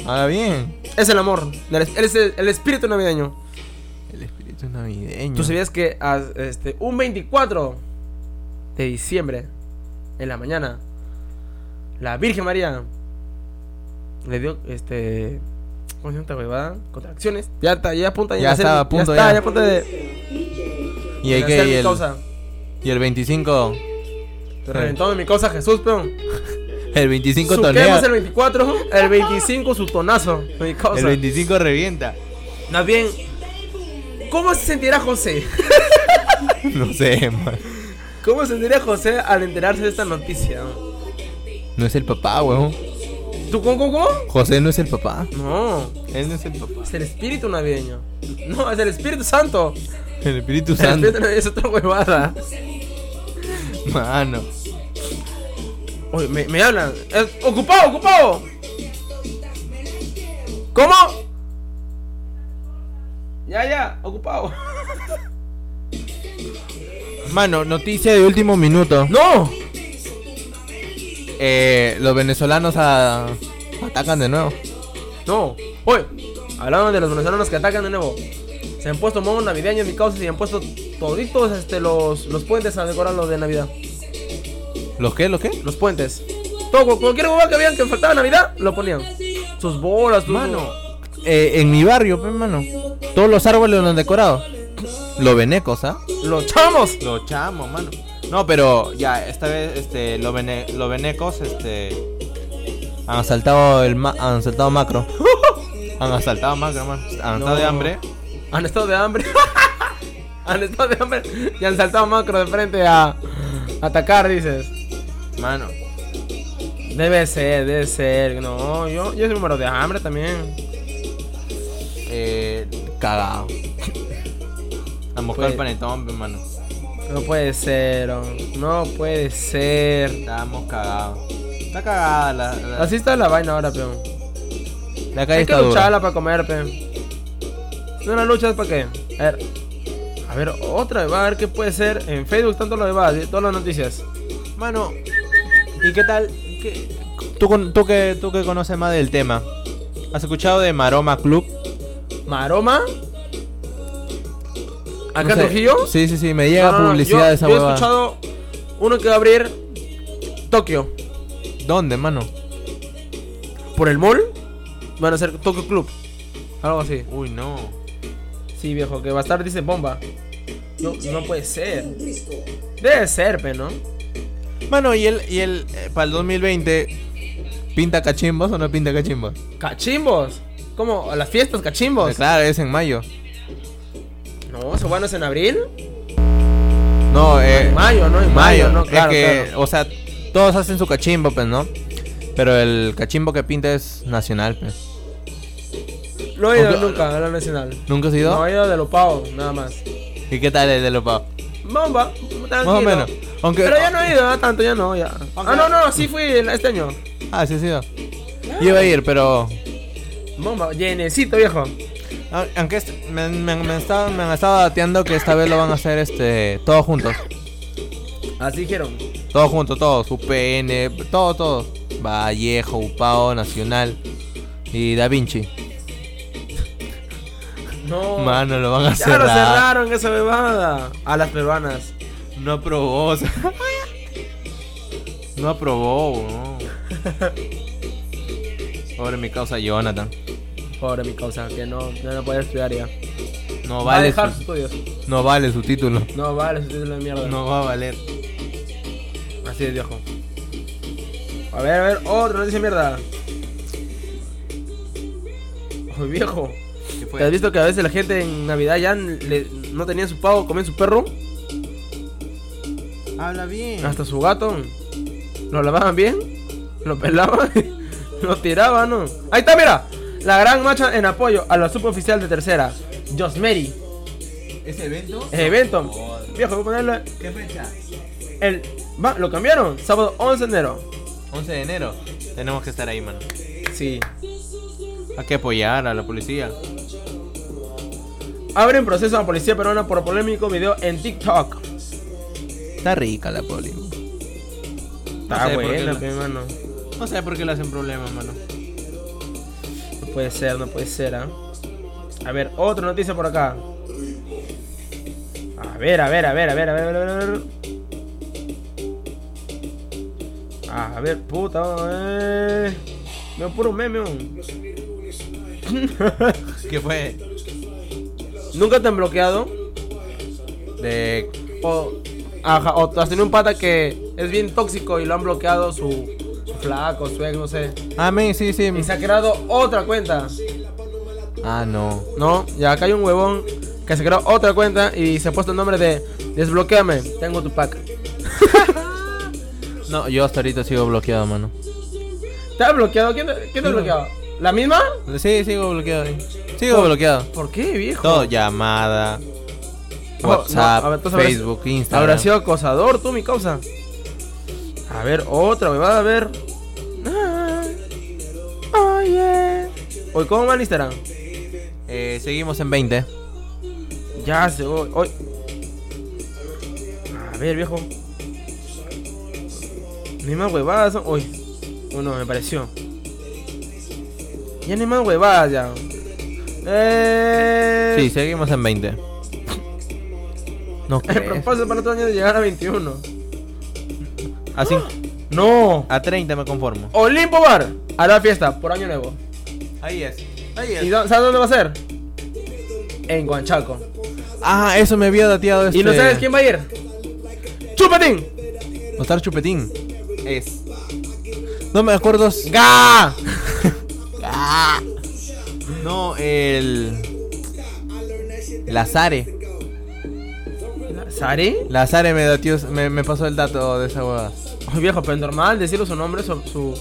Ahora bien,
Es el amor, el, es- es el, el espíritu navideño.
el espíritu navideño.
¿Tú sabías que a, este, un 24 de diciembre, en la mañana, la Virgen María le dio este. ¿Cómo se llama esta huevada? Contracciones. Ya está, ya apunta
Ya
a hacer-
estaba a punto,
ya. Está,
ya.
ya apunta de.
Y, hay
de
que-
hacer
y
mi
el,
causa.
y el 25.
Te reventó de mi causa Jesús, peón.
El 25 tonea.
Suquemos el 24, el 25 su tonazo. Mi causa.
El 25 revienta.
Más bien, ¿cómo se sentirá José? [LAUGHS]
No sé, man.
¿Cómo se sentirá José al enterarse de esta noticia?
No es el papá, huevón.
¿Tú cómo, cómo, cómo?
José no es el papá.
No,
Él no es el papá.
es el espíritu navideño. No, es el espíritu santo.
El Espíritu
El
Santo.
espíritu navideño es otra huevada.
Mano.
Oye, me, me hablan. Eh, ocupado, ocupado. ¿Cómo? Ya, ya, ocupado.
Mano, noticia de último minuto.
¡No!
Eh, los venezolanos ah, atacan de nuevo.
No, hoy, hablando de los venezolanos que atacan de nuevo. Se han puesto modo navideño en mi causa y se han puesto toditos este, los, los puentes a decorar los de Navidad.
¿Los qué? ¿Los qué?
Los puentes. Todo, cu- cualquier huevada que vean que faltaba Navidad, lo ponían. Sus bolas, sus-
Mano, eh, en mi barrio, pues, mano, todos los árboles los han decorado. Los venecos, ¿ah?
Los chamos.
Los chamos, mano. No, pero ya, esta vez, este, los, vene- los venecos, este. Han asaltado el ma- han asaltado macro. [LAUGHS] han asaltado macro, mano. Han
No.
estado de hambre.
Han estado de hambre. [LAUGHS] han estado de hambre. Y han saltado macro de frente a atacar, dices.
Mano.
Debe ser, debe ser. No, yo, yo soy número de hambre también.
Eh. Cagado. Han buscado el panetón, pues, mano.
No puede ser, oh, no puede ser.
Estamos cagados. Está cagada la. la-
Así está la vaina ahora, peón.
Ah, la calle
Hay que
está dura.
lucharla para comer, peón. No la luchas para qué. A ver. A ver, otra va a ver qué puede ser. En Facebook tanto lo va, todas las noticias.
Mano, ¿y qué tal? ¿Qué- Tú, con- tú que, tú que conoces más del tema, ¿has escuchado de Maroma Club?
Maroma. Acá
No
en
sé.
Trujillo.
Sí, sí, sí, me llega
No, no, no,
publicidad
yo-
de esa
Yo he
huevada.
escuchado uno que va a abrir Tokio.
¿Dónde, mano?
Por el mall. Van a ser Tokio Club. Algo así.
Uy, no.
Sí, viejo, que va a estar, dice bomba. No, no puede ser. Debe ser, pe, ¿no?
Mano, ¿y el, y el eh, para el 2020 pinta cachimbos o no pinta cachimbos? Eh,
Cachimbos. ¿Cómo? ¿A las fiestas, cachimbos?
Claro, es en mayo.
No, eso bueno es en abril.
No, eh,
En mayo, ¿no? En mayo, ¿no?
es
Claro,
que,
claro.
O sea, todos hacen su cachimbo, pues, ¿no? Pero el cachimbo que pinta es nacional, pues.
No he ido
Aunque-
nunca a la nacional.
¿Nunca has ido?
No eh. he ido de Lopao, nada más.
¿Y qué tal el de Lopao?
Bomba,
Más
tranquilo.
o menos. Aunque,
Pero ya no he ido, ¿ah? tanto, ya no, ya. Ah, no, no, sí fui el- este año.
Ah, sí, sí. no. Yo iba a ir, pero.
Bomba, llenecito, viejo.
a- Aunque este- me, me- me estaba- me han estado dateando que esta vez lo van a hacer este todos juntos.
Así dijeron.
Todos juntos, todos. UPN, todo, todos. Vallejo, Upao, Nacional y Da Vinci.
No.
Mano, lo van a
ya
cerrar.
lo cerraron esa bebada. A las peruanas.
No aprobó. o sea. no aprobó, no. Pobre mi causa Jonathan.
Pobre mi causa, que no, no no poder estudiar ya.
No
Va a
vale,
dejar sus
su,
estudios.
no vale su título.
No vale, su título de mierda.
No va a valer.
Así es, viejo. A ver, a ver, otra noticia de mierda. Oye, viejo.
¿Qué
¿Te has
fue?
visto que a veces la gente en Navidad ya le- no tenía su pavo, comían su perro?
Habla bien.
Hasta su gato. Lo lavaban bien, lo pelaban, [LAUGHS] lo tiraban, ¿no? Ahí está, mira. La gran marcha en apoyo a la suboficial de tercera, Josmery.
¿Ese evento?
Es evento.
Joder.
Viejo, voy a ponerle
¿Qué fecha?
el... Va, lo cambiaron. Sábado 11 de enero.
11 de enero. Tenemos que estar ahí, mano.
Sí.
Hay que apoyar a la policía.
Abren proceso a la policía peruana por polémico video en TikTok.
Está rica la poli.
Está
sé por qué
buena,
no.
pe, mano.
No sé por qué le hacen problemas, mano.
No puede ser, no puede ser, ¿ah? A ver, otra noticia por acá. A ver, a ver, a ver, a ver, a ver, a ver, a ver. A ver, puta, eh. Me puro meme. weón.
¿Qué fue?
¿Nunca te han bloqueado?
De.
O, ajá, o has tenido un pata que es bien tóxico y lo han bloqueado su, su flaco, su ex, no sé.
Ah, men, sí, sí.
Y se ha creado otra cuenta.
Ah, no.
No, ya acá hay un huevón que se creó otra cuenta y se ha puesto el nombre de Desbloqueame, tengo tu pack.
No, yo hasta ahorita sigo bloqueado, mano.
¿Te ha bloqueado? ¿Quién te, quién te ha bloqueado? ¿La misma?
Sí, sigo bloqueado. ahí. Sigo bloqueado.
¿Por qué, viejo?
Oh. Todo, llamada, WhatsApp,
no, a ver, entonces habrá-
Facebook, Instagram.
Habrá sido acosador tú, mi causa. A ver, otra huevada, a ver. Ay, eh. Oye. Hoy, ¿cómo va el Instagram?
Eh, seguimos en 20.
Ya se voy. Hoy. A ver, viejo. Ni más huevadas son. Uy. Uno me pareció. Ya ni más huevadas ya. Eh.
Sí, seguimos en [LAUGHS] 20. No
[LAUGHS] El
creo.
propósito para otro año de llegar a 21.
A, cin-
No.
a 30 me conformo.
Olimpo Bar hará fiesta por año nuevo.
Ahí es. Ahí
¿Y dó- sabes dónde va a ser? En Guanchaco.
Ah, eso me había dateado este.
¿Y no sabes quién va a ir? ¡Chupatín!
Notar Chupetín. Es. No me acuerdo. si- [LAUGHS]
¡Ga!
No, el. Lazare.
¿Sari?
Lazare me, dateó, me, me pasó el dato de esa huevada.
Ay, viejo, pero normal decirle su nombre, su, su-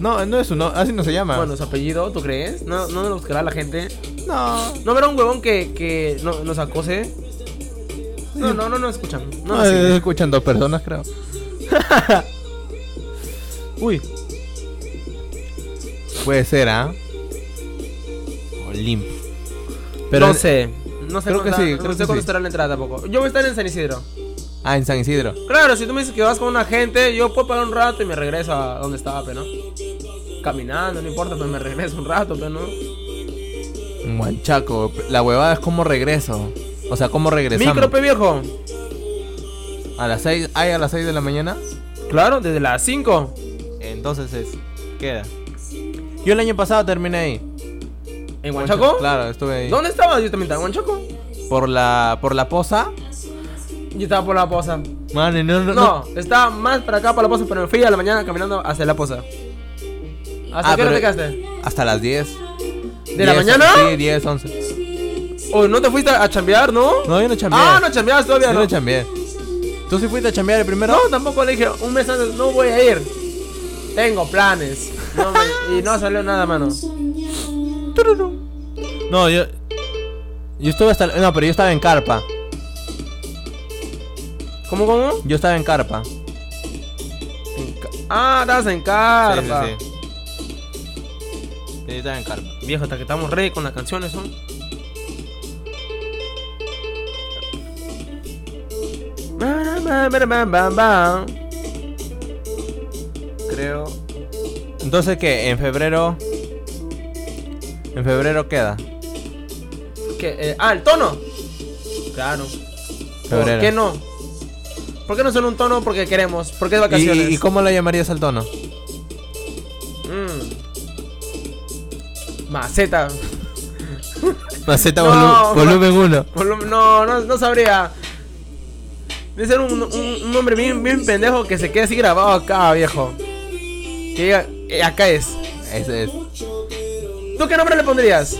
No, no es uno, así no se llama.
bueno, su apellido, ¿tú crees? ¿No, no lo buscará la gente?
no.
¿No verá un huevón que, que no- nos acose? No, no, no, no escuchan. No,
No,
sí.
eh, escuchan dos personas, creo.
Uy,
Puede ser, ¿ah? Olimpo.
pero
Pero
no sé. No sé
creo que
cuándo-
sí,
no
creo
sé
que
cuándo
sí.
estará la entrada tampoco. Yo voy a estar en San Isidro.
Ah, en San Isidro.
Claro, si tú me dices que vas con una gente, yo puedo pagar un rato y me regreso a donde estaba, pero no. Caminando, no importa, pero me regreso un rato, pero no.
En Huanchaco. La huevada es como regreso. O sea, cómo regresamos.
Micro, pe viejo.
a las 6, ¿hay a las 6 de la mañana?
Claro, desde las 5.
Entonces es. Queda. Yo el año pasado terminé ahí.
¿En Huanchaco?
Claro, estuve ahí.
¿Dónde estabas? Yo también estaba en Huanchaco.
Por la por la posa.
Yo estaba por la posa.
Mano, no, no,
[LAUGHS] No, estaba más para acá, para la posa, pero me fui a la mañana caminando hacia la posa. ¿Hasta
Ah,
qué hora
pero-
te quedaste?
Hasta las 10.
¿De la mañana?
Sí, 10, 11.
¿O Oh, no te fuiste a chambear, no?
No, yo no chambeé.
ah, no chambeabas todavía,
Yo
¿no?
no chambeé. ¿Tú sí fuiste a chambear el primero?
No, tampoco le dije un mes antes, no voy a ir. Tengo planes. No me- y no salió nada, mano.
No, yo. Yo estuve hasta. No, pero yo estaba en carpa.
¿Cómo, cómo?
Yo estaba en carpa.
Ah, estabas en carpa.
Yo estaba en carpa.
Viejo, hasta que estamos ready con las canciones, ¿no? Ba, ba, ba, ba, ba, ba.
Creo. Entonces, ¿qué? En febrero. En febrero queda.
¿Qué? Eh, ah, el tono. Claro. ¿Por
Febrero.
qué no? ¿Por qué no son un tono? Porque queremos. Porque es
¿Y,
vacaciones.
y cómo lo llamarías al tono?
Mm. Maceta.
Maceta
No,
volu-
no.
volumen 1.
Por lo- No, no, no sabría. Debe ser un, un, un hombre bien, bien pendejo que se quede así grabado acá, viejo. Que diga, eh, acá es.
Ese es.
¿Tú qué nombre le pondrías?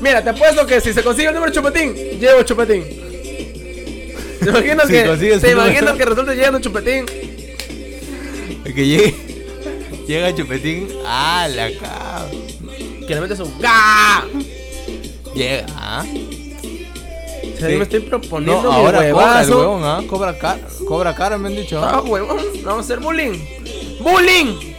Mira, te apuesto que si se consigue el número Chupetín, llevo Chupetín. ¿Te
[LAUGHS]
imaginas
Si
que,
consigues
te
el número-
imaginas que resulta llegando Chupetín?
Que llegue. [LAUGHS] Llega Chupetín. ¡Ah, la ca-
Que le metes un ga.
Llega, ¿ah?
O sea, yo me estoy proponiendo
No,
mi
ahora cobra el
huevazo.
huevón, ¿ah? Cobra cara, cobra cara, me han dicho. ¿ah?
Ah, huevón, vamos a hacer bullying. ¡Bullying!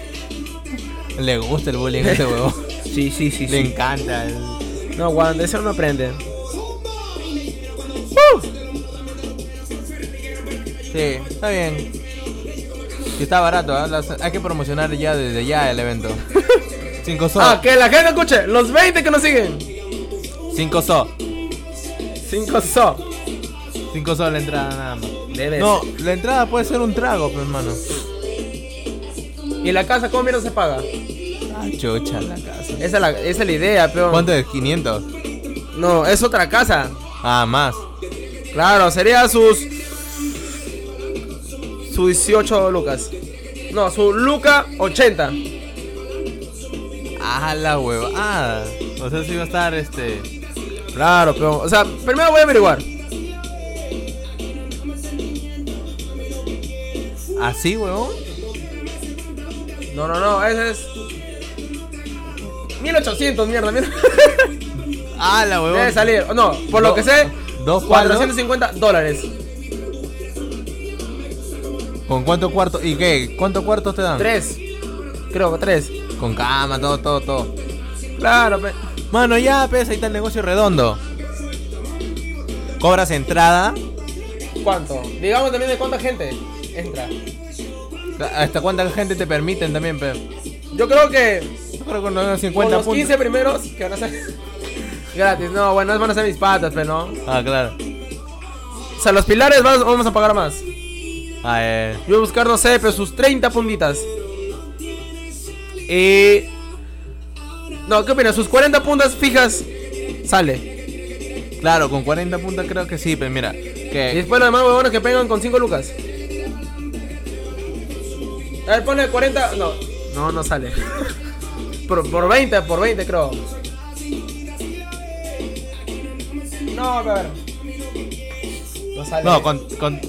Le gusta el bullying a ese huevón.
Sí, sí, sí,
Le encanta. el-
No, Juan, de eso no aprende. Uh.
Sí, está bien. Y está barato, ¿ah? Las- hay que promocionar ya desde ya el [LAUGHS] evento. 5 so.
Ah, que la gente escuche. Los 20 que nos siguen.
5 so.
5 so.
5 so la entrada nada más.
Debes.
No, la entrada puede ser un trago, pues, hermano.
¿Y la casa cómo mierda se paga?
Ah, chucha la casa.
Esa es la, esa es la idea, pero.
¿Cuánto es? 500.
No, es otra casa.
Ah, más.
Claro, sería sus. Sus 18 lucas. No, su Luca 80.
Ah, la huevada. O sea, si va a estar este.
Claro, pero. O sea, primero voy a averiguar.
Así, huevón.
No, no, no, ese es. 1800,
[LAUGHS]
mierda, mierda.
Ah, la huevón.
Debe salir. No, por lo
Do-
que sé,
dos cuadros.
450 dólares.
¿Con cuánto cuarto? ¿Y qué? ¿Cuántos cuartos te dan?
Tres. Creo que tres.
Con cama, todo, todo, todo.
Claro, pe-
Mano, ya, pues, ahí está el negocio redondo. Cobras entrada.
¿Cuánto? Digamos también de cuánta gente entra.
¿Hasta cuánta gente te permiten también, pe?
Yo creo que
Yo creo que unos
con
50
los
puntos.
15 primeros que van a ser [LAUGHS] gratis. No, bueno, esas van a ser mis patas, pero no.
Ah, claro.
O sea, los pilares vas- vamos a pagar más.
Ah, eh.
Yo voy a buscar, no sé, pero sus 30 puntitas. Y. No, ¿qué opinas? Sus 40 puntas fijas sale.
Claro, con 40 puntos creo que sí, pero mira.
Y
Que
después los demás huevones que pegan con 5 lucas. A ver, pone 40. No, no, no sale. [LAUGHS] por, por 20, por 20, creo. No, a ver. No sale.
No, con, con.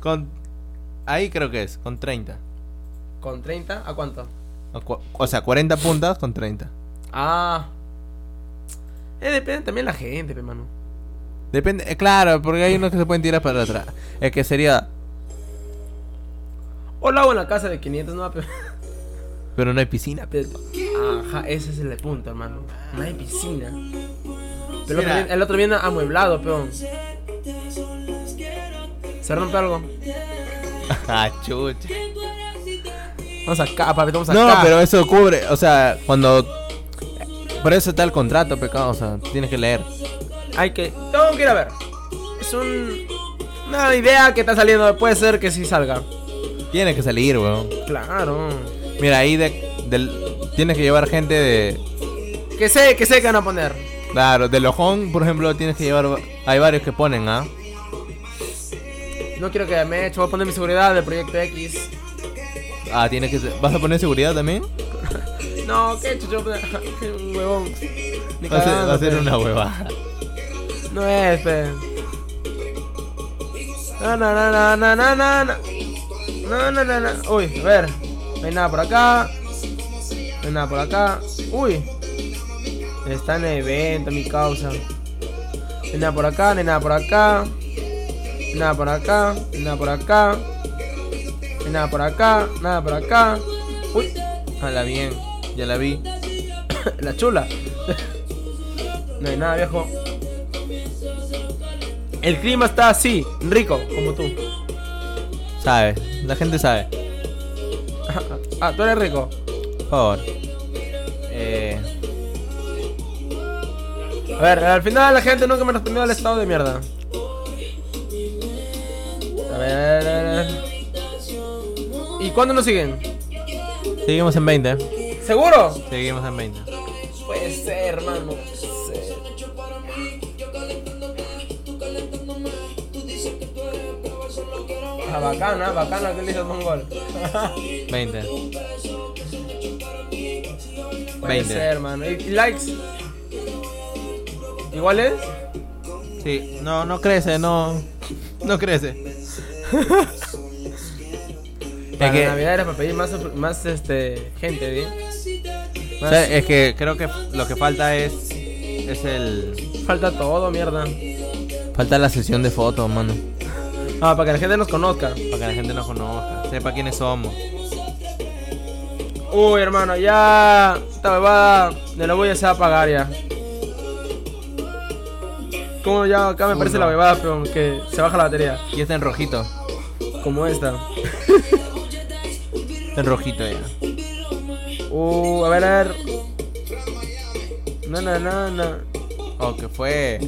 Con. Ahí creo que es, con 30.
¿Con 30? ¿A cuánto?
O, cu- o sea, 40 puntas con 30.
Ah. Eh, depende también la gente, hermano.
Depende, eh, claro, porque hay unos que se pueden tirar para atrás. Es que sería.
O lo hago en la casa de 500, no [LAUGHS] pero...
Pero no hay piscina. [LAUGHS] pe.
Ajá, ese es el punto, hermano. No hay piscina. Pero el, otro
Mira.
viene, el otro viene amueblado, peón. Se rompe algo.
ah, chucha.
Vamos acá, papi, vamos
No,
acá.
pero eso cubre, o sea, cuando. Por eso está el contrato, pecado, o sea, tienes que leer.
Hay que. Tengo que ir a ver. Es un. Una idea que está saliendo. Puede ser que sí salga.
Tienes que salir, weón.
Claro.
Mira, ahí de, del, tienes que llevar gente de.
Que sé, que sé que van a poner.
Claro, de Lojón, por ejemplo, tienes que llevar. Hay varios que ponen, ¿ah?
No quiero que me eche. Voy a poner mi seguridad del proyecto X.
Ah, tienes que. ¿Vas a poner seguridad también?
No, que chucho. [LAUGHS] Un huevón. Ni
Va a ser, va a
cagando,
ser
pe.
una huevada.
No es, pe. Na, na, na, na, na, na, na, na. Na, na, na, na. Uy, a ver. No hay nada por acá. No hay nada por acá. Uy. Está en el evento, mi causa. No hay nada por acá, no hay nada por acá. No hay nada por acá, no hay nada por acá. No hay nada por acá, nada por acá. Uy,
A la bien, ya la vi.
[COUGHS] la chula. [COUGHS] No hay nada, viejo. El clima está así, rico, como tú.
Sabes, la gente sabe.
Ah, tú eres rico.
Por favor. Eh,
A ver, al final la gente nunca me respondió al estado de mierda. A ver, a ver. ¿Y cuándo nos siguen?
seguimos en 20.
¿Seguro?
Seguimos en 20.
Puede ser, hermano. puede ser. Ah, bacana, bacana que le hizo Mongol.
20.
Puede
20.
ser, mano. ¿Y y likes? ¿Iguales?
Sí, no, no crece, no. No crece.
Para
que-
Navidad era para pedir más, más este, gente, ¿sí?
O sea, es que creo que lo que falta es. Es el.
Falta todo, mierda.
Falta la sesión de fotos, mano.
Ah, para que la gente nos conozca.
Para que la gente nos conozca, sepa quiénes somos.
Uy, hermano, ya. Esta huevada de la bulla se va a apagar ya. Como ya acá me parece
no.
la huevada, pero que se baja la batería.
Y está en rojito.
Como esta.
Está en rojito ya.
Uh, a ver, a ver. No, no, no, no.
Oh, que fue.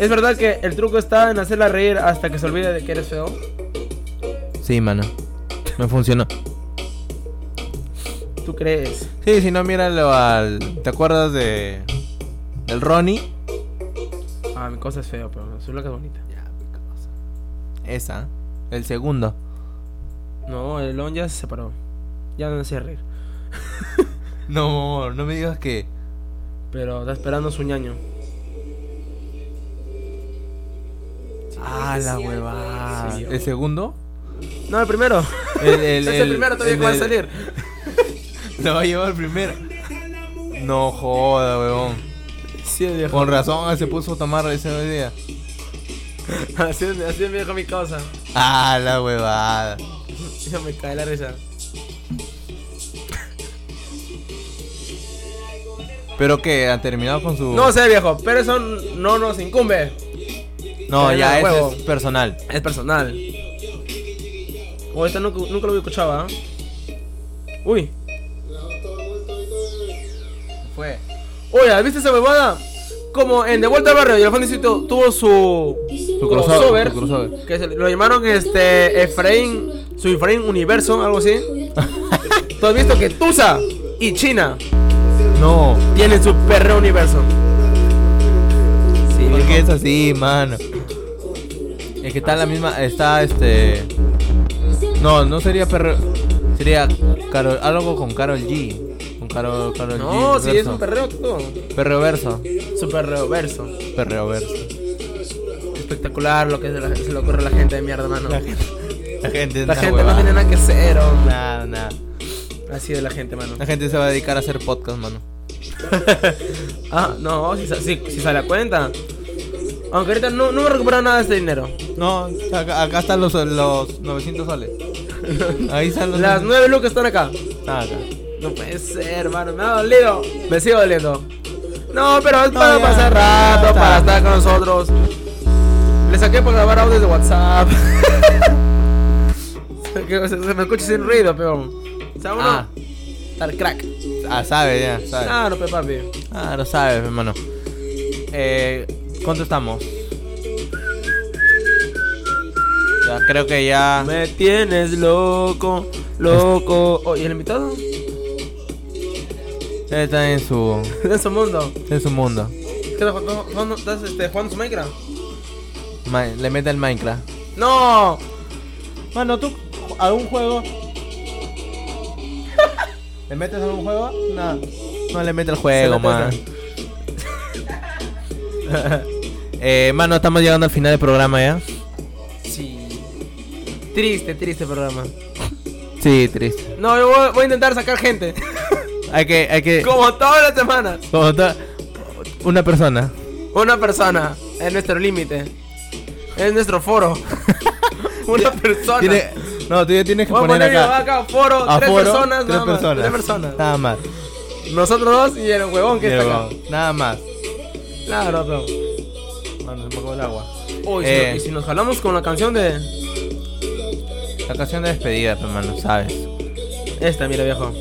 ¿Es verdad que el truco está en hacerla reír hasta que se olvide de que eres feo?
Sí, mano. Me funcionó.
¿Tú crees?
Sí, si no, míralo al. ¿Te acuerdas de. del Ronnie?
Ah, mi cosa es feo, pero su loca es bonita.
Esa. El segundo.
No, el Lon ya se separó. Ya no hacía reír.
No, no me digas que.
Pero está esperando su ñaño.
Ah, la huevada. ¿El segundo?
No, el primero.
[LAUGHS] El,
es el primero todavía que va a
del-
salir.
Lo va a llevar primero. No joda, weón.
Sí, viejo.
Con razón se puso a tomar ese hoy día.
[LAUGHS] Así, es- así es, viejo mi causa. [LAUGHS]
Ah, la huevada.
Ya me cae la risa.
Pero que ha terminado con su.
No sé, viejo, pero eso no nos incumbe.
No,
pero
ya
ya,
eso
huevo.
es personal.
Es personal. O esto nunca, nunca lo escuchaba. ¿eh? Uy.
Fue.
Oye, ¿viste esa bebada? Como en De Vuelta al Barrio, y Alfonso Isito tuvo su,
Su crossover, su crossover.
Que se- lo llamaron este Efraín, su Efraín Universo, algo así. Tú has visto que Tusa y China
No.
tienen su perro universo. Sí,
¿Por
viejo.
qué es así, mano? Es que está la misma. Está este. No, no sería perro. Sería Karol- algo con Carol G. Con Carol, Karol G.
No, si es
verso.
un perreo todo.
Perreo verso.
Su perreo verso.
Perreo verso.
Espectacular lo que se, la- se le ocurre a la gente de mierda, mano. La gente,
La gente,
no tiene nada que hacer, hombre.
nada, nada.
Así de la gente, [LAUGHS] mano.
La gente se va a dedicar a hacer podcast, mano.
Ah, no, si, sa- si, si sale a cuenta. Aunque ahorita no, no me recuperado nada de este dinero.
No, acá, acá están los, los 900 soles. Ahí están los.
Las nueve lucas están acá.
Ah, acá.
No puede ser, hermano, me ha dolido. Me sigo doliendo. No, pero es para
ya,
pasar
ya
rato,
está.
para estar con nosotros. Le saqué para grabar audios de WhatsApp. [LAUGHS] Que se, se me escucha sin ruido, pero. O sea, uno.
Ah.
Tal crack.
Ah, sabe, ya, sabe.
Claro, pe papi.
Ah, lo sabe, hermano. Eh, ¿Cuánto estamos? Ya, creo que ya.
Me tienes loco, loco. Oh, ¿Y el [LAUGHS] invitado?
Él está en su,
De su mundo.
en su mundo.
¿Qué estás jugando? jugando- ¿Estás este, jugando su Minecraft?
Ma- le mete el Minecraft.
¡No!
Mano, ¿tú algún juego? ¿Le metes algún juego? No. No le mete el juego,
Se la
mano. [LAUGHS] eh, mano, estamos llegando al final del programa ya.
Sí. Triste, triste programa.
Sí, triste.
No, yo voy, voy a intentar sacar gente. [LAUGHS]
Hay que, hay que.
Como todas las semanas.
como to- Una persona.
Una persona es nuestro límite. Es nuestro foro. [LAUGHS] Una persona.
Tiene- no, tú ya tienes que
Voy a
poner
poner
acá.
acá, foro,
a
tres
foro,
personas,
tres
nada más,
personas. Ah.
tres personas.
Nada más.
Nosotros dos y el huevón que
Mira,
está acá.
vamos, Nada más.
Claro, pero.
Mano, se me acabó el agua.
Uy, si
Eh.
no- y si nos jalamos con la canción de.
La canción de despedida, hermano, sabes.
Esta, mira, viejo.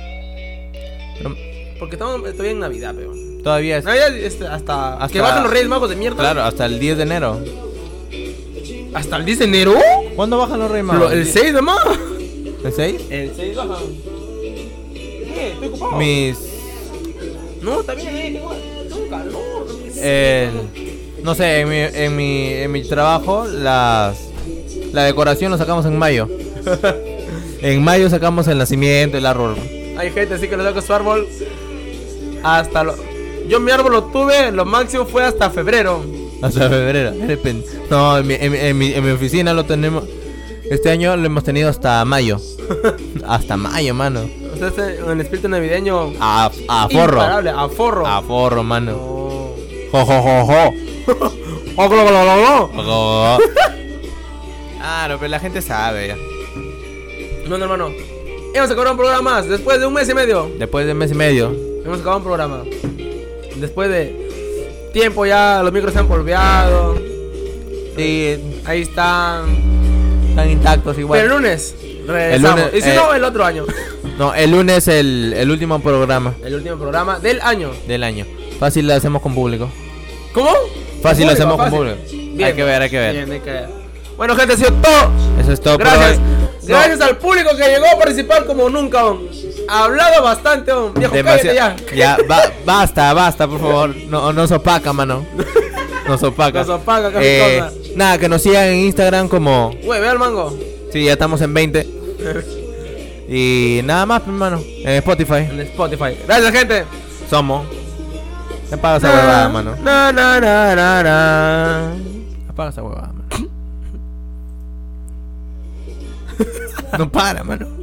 Pero
Porque estamos todavía en Navidad, peón.
todavía es.
Navidad este, hasta,
Hasta-
Que bajen los Reyes Magos de mierda.
Claro, hasta el 10 de enero.
Hasta el 10 de enero.
¿Cuándo bajan los Reyes
Lo- el 6 de mayo.
¿El 6?
El 6 bajan. ¿Qué? Estoy ocupado.
Mis.
No, está bien, eh, tengo, tengo calor.
El. No sé, en mi, en mi, en mi trabajo, las, la decoración lo sacamos en
[LAUGHS]
mayo. en mayo sacamos el nacimiento, el árbol.
Hay gente así que le saca su árbol hasta lo... Yo mi árbol lo tuve, lo máximo fue hasta febrero.
Hasta febrero. de repente. No, en mi, en mi- en mi- en mi oficina lo tenemos. Este año lo hemos tenido hasta
[LAUGHS]
mayo. hasta mayo, mano.
O sea, este- en espíritu navideño...
A, a forro.
imparable, a forro.
A forro, mano.
No.
Jo, jo, jo,
[LAUGHS]
jo.
Oh, glo, glo, glo, glo.
Jo, jo, jo. Claro, pero la gente sabe. ya.
No, no, hermano. Hemos acabado un programa más. Después de un mes y medio,
Después de mes y medio.
hemos acabado un programa. Después de tiempo ya, los micros se han polveado.
Sí,
Ahí están.
están intactos
Pero el
igual.
lunes regresamos.
lunes,
y si
eh,
no, el otro
[LAUGHS]
año.
No, el lunes el, el último programa
El último programa del año.
del año. Fácil lo hacemos con público.
¿Cómo?
Fácil lo
Público,
hacemos con
fácil.
público.
Bien.
Hay que ver, hay que ver.
Bien, hay que ver. Bueno, gente, ha sido todo.
Eso es todo por
Gracias.
hoy.
Gracias al público que llegó a participar como nunca. hom. Ha hablado bastante, hom. Viejo, cállate ya.
Demasiado- Ya, ba- basta, basta, por favor. No, nos opaca, mano. Nos opaca.
Nos opaca, casi
Eh,
cosa.
nada, que nos sigan en Instagram como.
Güey, ve al mango.
Sí, ya estamos en
[LAUGHS]
20. Y nada más, hermano. En Spotify.
En Spotify. Gracias, gente.
Somos. Te apaga esa huevada, mano.
Na, na, na, na, na.
Apaga esa huevada, mano. [LAUGHS] No para, mano.